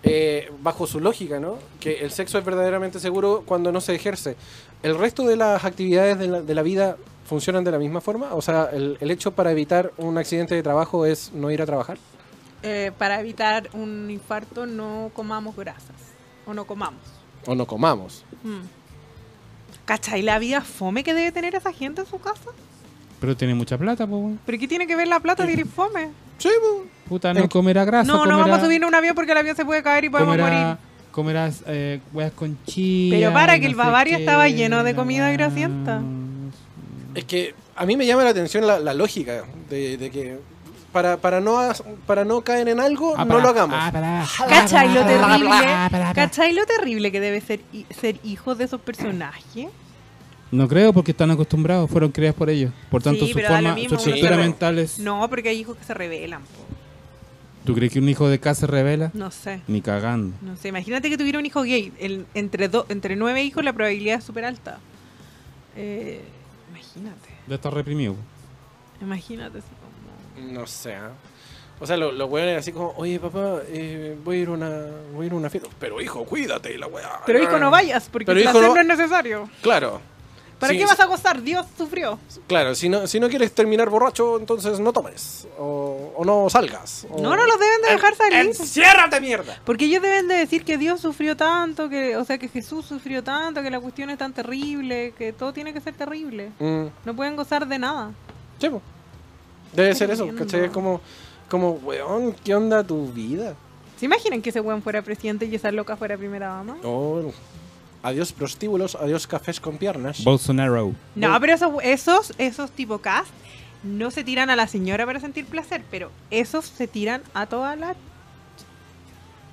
[SPEAKER 1] eh, bajo su lógica, ¿no? Que el sexo es verdaderamente seguro cuando no se ejerce. ¿El resto de las actividades de la, de la vida funcionan de la misma forma? O sea, el, el hecho para evitar un accidente de trabajo es no ir a trabajar.
[SPEAKER 3] Eh, para evitar un infarto no comamos grasas o no comamos.
[SPEAKER 1] O no comamos.
[SPEAKER 3] Mm. ¿Cachai la vida fome que debe tener esa gente en su casa?
[SPEAKER 2] Pero tiene mucha plata, pues, weón.
[SPEAKER 3] ¿Pero qué tiene que ver la plata de ir fome?
[SPEAKER 1] Sí, pues.
[SPEAKER 2] Puta, no comerá grasa.
[SPEAKER 3] No, no
[SPEAKER 2] comerá-
[SPEAKER 3] vamos a subir a un avión porque el avión se puede caer y podemos morir.
[SPEAKER 2] comerá, comerá, eh, weas con chía.
[SPEAKER 3] Pero para,
[SPEAKER 2] y
[SPEAKER 3] que el
[SPEAKER 2] sé
[SPEAKER 3] Bavaria
[SPEAKER 2] qué,
[SPEAKER 3] estaba lleno de
[SPEAKER 2] la
[SPEAKER 3] comida
[SPEAKER 2] weá.
[SPEAKER 3] grasienta.
[SPEAKER 1] Es que a mí me llama la atención la, la lógica de, de que para, para, no, as- para no caer en algo,
[SPEAKER 2] Ah,
[SPEAKER 1] no
[SPEAKER 2] para-
[SPEAKER 1] lo hagamos.
[SPEAKER 2] ah, para.
[SPEAKER 3] ¿Cachai lo
[SPEAKER 2] Ah, para,
[SPEAKER 3] terrible?
[SPEAKER 2] para, para.
[SPEAKER 3] ¿Cachai lo terrible que debe ser, hi- ser hijo de esos personajes?
[SPEAKER 2] No creo porque están acostumbrados, fueron creadas por ellos. Por tanto,
[SPEAKER 3] Sí,
[SPEAKER 2] su
[SPEAKER 3] pero da lo
[SPEAKER 2] forma,
[SPEAKER 3] mismo,
[SPEAKER 2] su
[SPEAKER 3] uno
[SPEAKER 2] estructura
[SPEAKER 3] se-
[SPEAKER 2] mental es.
[SPEAKER 3] No, porque hay hijos que se rebelan. po.
[SPEAKER 2] ¿Tú crees que un hijo de K se revela?
[SPEAKER 3] No sé.
[SPEAKER 2] Ni cagando.
[SPEAKER 3] No sé, imagínate que tuviera un hijo gay. El- entre, do- entre nueve hijos la probabilidad es súper alta. Eh, imagínate.
[SPEAKER 2] De estar reprimido.
[SPEAKER 3] Imagínate. así como-
[SPEAKER 1] No sé. ¿ah? O sea, lo- los hueones así como, oye papá, eh, voy a ir a una, voy a ir a una fiesta. Pero hijo, cuídate, la weá.
[SPEAKER 3] Pero hijo, no vayas, porque
[SPEAKER 1] Pero
[SPEAKER 3] el
[SPEAKER 1] hijo,
[SPEAKER 3] placer
[SPEAKER 1] no-
[SPEAKER 3] no... es necesario.
[SPEAKER 1] Claro.
[SPEAKER 3] ¿Para
[SPEAKER 1] Sí,
[SPEAKER 3] qué vas a gozar? Dios sufrió.
[SPEAKER 1] Claro, si no, si no quieres terminar borracho, entonces no tomes. O, o no salgas. o-
[SPEAKER 3] No, no los deben de dejar salir.
[SPEAKER 1] ¡Enciérrate, mierda!
[SPEAKER 3] Porque ellos deben de decir que Dios sufrió tanto, que, o sea, que Jesús sufrió tanto, que la cuestión es tan terrible, que todo tiene que ser terrible.
[SPEAKER 1] Mm,
[SPEAKER 3] No pueden gozar de nada.
[SPEAKER 1] sí, po. Debe
[SPEAKER 3] Pero
[SPEAKER 1] ser eso,
[SPEAKER 3] entiendo.
[SPEAKER 1] ¿cachai? Es como, como, weón, ¿qué onda tu vida?
[SPEAKER 3] ¿Se imaginan que ese buen fuera presidente y esa loca fuera primera dama?
[SPEAKER 1] Oh, adiós prostíbulos, adiós cafés con piernas.
[SPEAKER 2] Bolsonaro.
[SPEAKER 3] No, pero esos, esos, esos tipo cast no se tiran a la señora para sentir placer, pero esos se tiran a toda la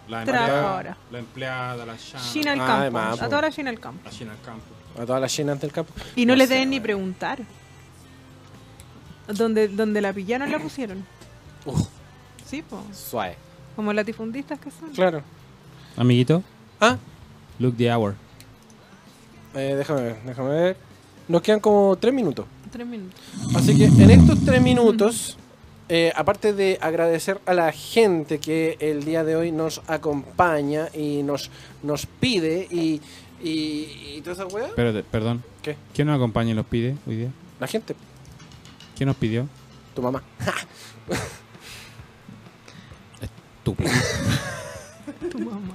[SPEAKER 2] La
[SPEAKER 3] Trabajadora.
[SPEAKER 2] la empleada, la chana,
[SPEAKER 3] China al
[SPEAKER 1] Ah,
[SPEAKER 3] campo.
[SPEAKER 1] además,
[SPEAKER 3] a
[SPEAKER 1] po.
[SPEAKER 3] toda la China al campo.
[SPEAKER 2] la china al campo.
[SPEAKER 1] A todas las llenas del campo.
[SPEAKER 3] Y no,
[SPEAKER 1] No
[SPEAKER 3] les
[SPEAKER 1] sé,
[SPEAKER 3] deben ni
[SPEAKER 1] weón.
[SPEAKER 3] preguntar. Donde, donde la pillaron la pusieron.
[SPEAKER 1] Uf,
[SPEAKER 3] Sí, po.
[SPEAKER 1] suave.
[SPEAKER 3] Como latifundistas que son.
[SPEAKER 1] Claro.
[SPEAKER 2] Amiguito,
[SPEAKER 1] Ah,
[SPEAKER 2] look the hour.
[SPEAKER 1] Eh, déjame ver, déjame ver. Nos quedan como tres minutos.
[SPEAKER 3] Tres minutos.
[SPEAKER 1] Así que en estos tres minutos, eh, aparte de agradecer a la gente que el día de hoy nos acompaña y nos, nos pide y, y, y toda esa weá,
[SPEAKER 2] Pero, perdón.
[SPEAKER 1] ¿Qué?
[SPEAKER 2] ¿Quién nos acompaña y nos pide hoy día?
[SPEAKER 1] la gente,
[SPEAKER 2] ¿Quién nos pidió?
[SPEAKER 1] tu mamá.
[SPEAKER 2] Estúpido.
[SPEAKER 3] Tu mamá.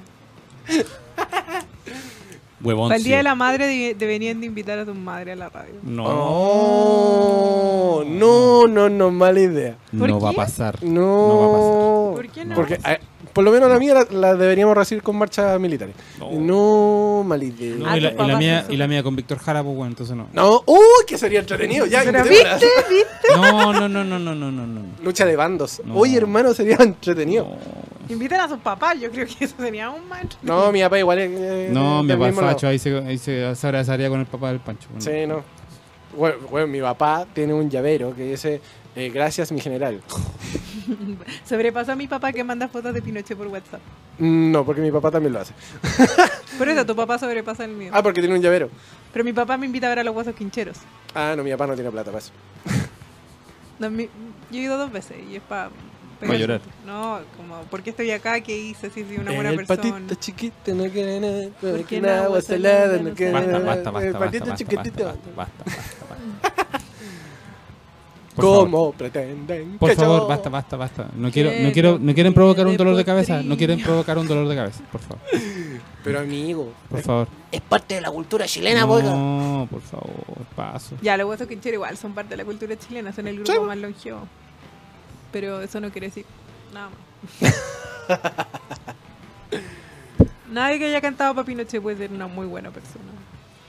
[SPEAKER 2] Huevón.
[SPEAKER 3] Para el día de la madre de- deberían de invitar a tu madre a la radio.
[SPEAKER 2] No,
[SPEAKER 1] Oh, no, no, no, mala idea.
[SPEAKER 3] ¿Por
[SPEAKER 2] no va a
[SPEAKER 3] qué?
[SPEAKER 2] pasar.
[SPEAKER 1] No,
[SPEAKER 2] No
[SPEAKER 3] ¿Por qué no?
[SPEAKER 1] Porque eh, por lo menos la mía la, la deberíamos recibir con marcha militar. No, mala idea.
[SPEAKER 2] No,
[SPEAKER 3] Ah,
[SPEAKER 2] y, la,
[SPEAKER 3] tu
[SPEAKER 2] y
[SPEAKER 3] papá
[SPEAKER 2] la mía,
[SPEAKER 3] se
[SPEAKER 2] y la mía con Víctor Jara, pues bueno, entonces no.
[SPEAKER 1] No, uy, que sería entretenido. Ya,
[SPEAKER 3] Pero
[SPEAKER 1] inventémosla.
[SPEAKER 3] viste, viste.
[SPEAKER 2] No, no, no, no, no, no, no. no.
[SPEAKER 1] Lucha de bandos.
[SPEAKER 2] No.
[SPEAKER 1] Oye, hermano, sería entretenido.
[SPEAKER 3] Invitan a sus papás, yo creo que eso sería un macho.
[SPEAKER 1] No, mi papá igual. es, eh,
[SPEAKER 2] No, mi
[SPEAKER 1] del
[SPEAKER 2] papá
[SPEAKER 1] mismo
[SPEAKER 2] Facho
[SPEAKER 1] lado.
[SPEAKER 2] ahí se, ahí se se abrazaría con el papá del Pancho. bueno.
[SPEAKER 1] Sí, Eh, no. Bueno, bueno, mi papá tiene un llavero que dice, eh, gracias, mi general.
[SPEAKER 3] Sobrepasó a mi papá que manda fotos de Pinochet por WhatsApp.
[SPEAKER 1] No, porque mi papá también lo hace.
[SPEAKER 3] Por eso tu papá sobrepasa el mío.
[SPEAKER 1] Ah, porque tiene un llavero.
[SPEAKER 3] Pero mi papá me invita a ver a los huesos quincheros.
[SPEAKER 1] Ah, no, mi papá no tiene plata para eso.
[SPEAKER 3] No, mi- yo he ido dos veces y es para...
[SPEAKER 2] Va a llorar.
[SPEAKER 3] No, como, ¿por qué estoy acá? ¿Qué hice? Si soy una buena persona.
[SPEAKER 1] chiquito no quiere nada,
[SPEAKER 3] Porque en agua salada no quiere
[SPEAKER 2] Basta,
[SPEAKER 3] nada.
[SPEAKER 2] basta, basta.
[SPEAKER 1] El
[SPEAKER 2] basta,
[SPEAKER 1] patito
[SPEAKER 2] basta,
[SPEAKER 1] chiquitito.
[SPEAKER 2] Basta, basta, basta, basta. Por favor,
[SPEAKER 1] ¿Cómo pretenden?
[SPEAKER 2] Por
[SPEAKER 1] que yo-
[SPEAKER 2] favor, basta, basta, basta. No quiero, no
[SPEAKER 3] Quiero
[SPEAKER 2] quiero, no quieren provocar un dolor de cabeza.
[SPEAKER 3] potrillo.
[SPEAKER 2] No quieren provocar un dolor de cabeza, por favor.
[SPEAKER 1] Pero amigo,
[SPEAKER 2] Por favor.
[SPEAKER 6] Es parte de la cultura chilena, boiga.
[SPEAKER 2] No, por favor, paso.
[SPEAKER 3] Ya, los huesos quincheros igual son parte de la cultura chilena, son el grupo más longevo. Pero eso no quiere decir nada más. Nadie que haya cantado para Pinochet puede ser una muy buena persona.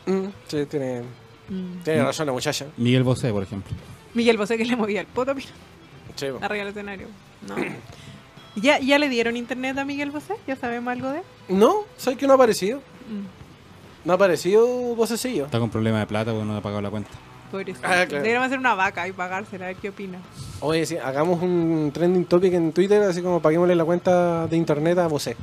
[SPEAKER 1] Mm, sí, tiene,
[SPEAKER 3] Mm.
[SPEAKER 1] tiene razón la muchacha.
[SPEAKER 2] Miguel Bosé, por ejemplo.
[SPEAKER 3] Miguel Bosé que le movía el poto a Pinochet.
[SPEAKER 1] Sí, bo.
[SPEAKER 3] Arriba del escenario. No. ¿Ya, ¿Ya le dieron internet a Miguel Bosé? ¿Ya sabemos algo de él?
[SPEAKER 1] No, ¿sabes que no ha aparecido?
[SPEAKER 3] Mm,
[SPEAKER 1] No ha aparecido vocecillo.
[SPEAKER 2] Está con problemas de plata porque no ha pagado la cuenta.
[SPEAKER 3] pobrecito.
[SPEAKER 1] Ah, claro.
[SPEAKER 3] Deberíamos hacer una vaca y pagársela, a ver qué opina.
[SPEAKER 1] Oye, sí, hagamos un trending topic en Twitter, así como paguémosle la cuenta de internet a Bosé.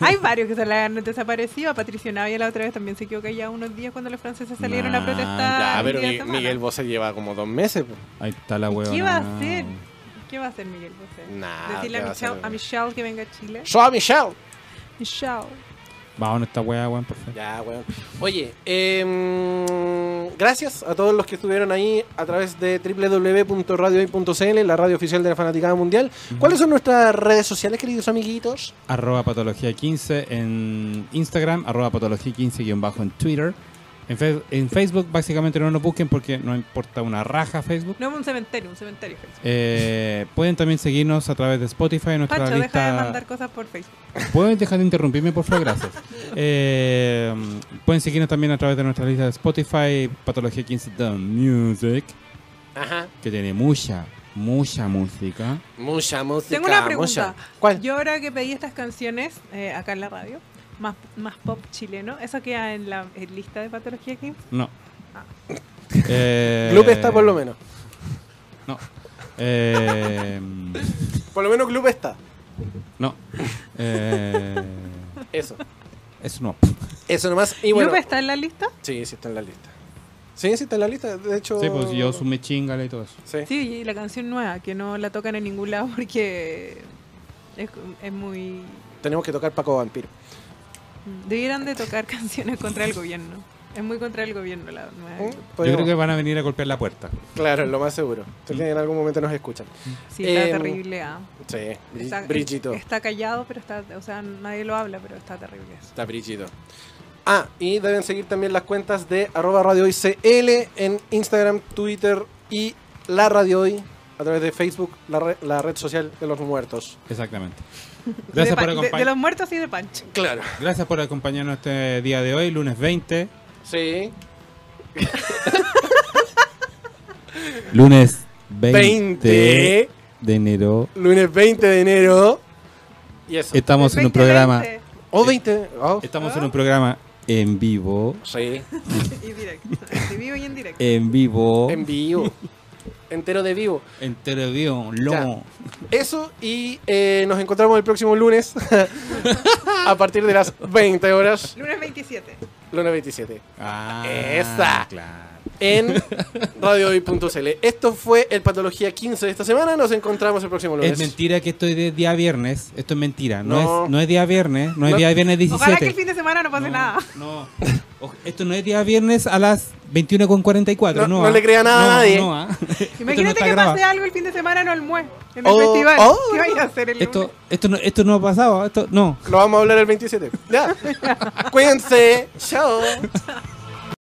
[SPEAKER 3] Hay varios que se le han desaparecido. A Patricio Navia la otra vez también se quedó callado unos días cuando los franceses salieron a
[SPEAKER 5] Nah,
[SPEAKER 3] protestar.
[SPEAKER 1] Ya,
[SPEAKER 3] el
[SPEAKER 1] pero
[SPEAKER 3] día de
[SPEAKER 1] Mi-
[SPEAKER 3] semana.
[SPEAKER 1] Miguel Bosé lleva como dos meses. po.
[SPEAKER 2] Ahí está la hueva.
[SPEAKER 3] ¿Qué va a hacer? ¿Qué va a hacer Miguel Bosé?
[SPEAKER 1] Nah,
[SPEAKER 3] Decirle
[SPEAKER 1] ¿qué
[SPEAKER 3] a
[SPEAKER 1] va a
[SPEAKER 3] Michelle,
[SPEAKER 1] hacer?
[SPEAKER 3] a Michelle que venga a Chile.
[SPEAKER 1] ¡Soy Michelle!
[SPEAKER 3] Michelle.
[SPEAKER 2] Vámonos esta hueá, weón, por favor.
[SPEAKER 1] Ya, weón. Oye, em, gracias a todos los que estuvieron ahí a través de www.radiohoy.cl, la radio oficial de la Fanaticada Mundial. ¿Cuáles son nuestras redes sociales, queridos amiguitos?
[SPEAKER 2] Arroba patología 15 en Instagram, arroba patología 15 guión bajo en Twitter. En, fe- en Facebook básicamente no nos busquen porque no importa una raja Facebook.
[SPEAKER 3] No es un cementerio, un cementerio. Facebook.
[SPEAKER 2] Eh, pueden también seguirnos a través de Spotify en nuestra
[SPEAKER 3] Pancho,
[SPEAKER 2] lista.
[SPEAKER 3] deja de mandar cosas por Facebook.
[SPEAKER 2] Pueden dejar de interrumpirme, por favor, gracias. Eh, pueden seguirnos también a través de nuestra lista de Spotify, Patología 15 The Music,
[SPEAKER 1] Ajá,
[SPEAKER 2] que tiene mucha, mucha música.
[SPEAKER 1] mucha música.
[SPEAKER 3] Tengo una pregunta.
[SPEAKER 1] mucha. ¿Cuál?
[SPEAKER 3] Yo ahora que pedí estas canciones eh, acá en la radio, más, más pop chileno, ¿eso queda en la en lista de patología 15?
[SPEAKER 2] No.
[SPEAKER 3] Ah.
[SPEAKER 2] Eh,
[SPEAKER 1] Club está por lo menos.
[SPEAKER 2] No. Eh,
[SPEAKER 1] Por lo menos Club está.
[SPEAKER 2] no. Eh,
[SPEAKER 1] Eso.
[SPEAKER 2] eso no.
[SPEAKER 1] Eso nomás. Y bueno.
[SPEAKER 3] ¿Lupe está en la lista?
[SPEAKER 1] Sí, sí está en la lista. Sí, sí está en la lista. De hecho.
[SPEAKER 2] Sí, pues yo sumé chingale y todo eso.
[SPEAKER 1] Sí.
[SPEAKER 3] Sí, y la canción nueva, que no la tocan en ningún lado porque es, es muy...
[SPEAKER 1] Tenemos que tocar Paco Vampiro.
[SPEAKER 3] Debieran de tocar canciones contra el gobierno. Es muy contra el gobierno la nueva.
[SPEAKER 1] ¿Mm?
[SPEAKER 2] Pues
[SPEAKER 3] que-
[SPEAKER 2] Yo
[SPEAKER 1] Podemos-
[SPEAKER 2] creo que van a venir a golpear la puerta.
[SPEAKER 1] Claro, lo más seguro. Entonces, en algún momento nos escuchan.
[SPEAKER 3] Sí, está
[SPEAKER 1] Eh,
[SPEAKER 3] terrible. ah.
[SPEAKER 1] Sí, Bri-
[SPEAKER 3] Está,
[SPEAKER 1] Brigito.
[SPEAKER 3] está callado, pero está... O sea, nadie lo habla, pero está terrible eso.
[SPEAKER 1] Está Brigito. Ah, y deben seguir también las cuentas de arroba radio hoy CL en Instagram, Twitter y la radio hoy a través de Facebook, la, re- la red social de los muertos.
[SPEAKER 2] Exactamente.
[SPEAKER 3] de,
[SPEAKER 2] Gracias
[SPEAKER 3] Pan-
[SPEAKER 2] por,
[SPEAKER 3] de- de
[SPEAKER 2] acompañ-
[SPEAKER 3] los muertos y de Pancho.
[SPEAKER 1] Claro.
[SPEAKER 2] Gracias por acompañarnos este día de hoy, lunes 20.
[SPEAKER 1] Sí.
[SPEAKER 2] Lunes
[SPEAKER 1] 20
[SPEAKER 2] de enero.
[SPEAKER 1] lunes 20 de enero. Y eso.
[SPEAKER 2] Estamos en un
[SPEAKER 3] 20,
[SPEAKER 2] programa.
[SPEAKER 3] 20,
[SPEAKER 1] O 20. oh,
[SPEAKER 2] Estamos en un programa en vivo.
[SPEAKER 1] sí.
[SPEAKER 3] Y directo. En vivo y en directo.
[SPEAKER 2] En vivo.
[SPEAKER 1] En vivo. Entero de vivo.
[SPEAKER 2] En televisión. Lomo.
[SPEAKER 1] Eso y eh, nos encontramos el próximo lunes a partir de las 20 horas,
[SPEAKER 3] Lunes 27.
[SPEAKER 1] lunes 27,
[SPEAKER 2] Ah,
[SPEAKER 1] Esa.
[SPEAKER 2] Claro.
[SPEAKER 1] en radiohoy.cl. Esto fue el Patología 15 de esta semana. Nos encontramos el próximo lunes.
[SPEAKER 2] Es mentira que estoy de día viernes. Esto es mentira. No,
[SPEAKER 1] No.
[SPEAKER 2] Es, no es día viernes. No es
[SPEAKER 1] No.
[SPEAKER 2] día viernes 17.
[SPEAKER 3] Ojalá que el fin de semana no pase
[SPEAKER 2] no,
[SPEAKER 3] nada.
[SPEAKER 2] no. O- esto no es día viernes a las 21.44.
[SPEAKER 1] No-
[SPEAKER 2] No,
[SPEAKER 1] no
[SPEAKER 2] ah.
[SPEAKER 1] le crea nada a
[SPEAKER 2] No,
[SPEAKER 1] nadie.
[SPEAKER 2] no, ah. Esto no
[SPEAKER 3] Imagínate
[SPEAKER 2] está
[SPEAKER 3] que
[SPEAKER 2] grabado.
[SPEAKER 3] pase algo el fin de semana en Olmué, en el
[SPEAKER 1] Oh,
[SPEAKER 3] festival.
[SPEAKER 1] oh.
[SPEAKER 3] ¿Qué vais a hacer el
[SPEAKER 2] Esto,
[SPEAKER 3] lunes?
[SPEAKER 2] esto, no, esto no ha pasado. Esto no.
[SPEAKER 1] Lo vamos a hablar el 27. Ya. Cuídense. Chao.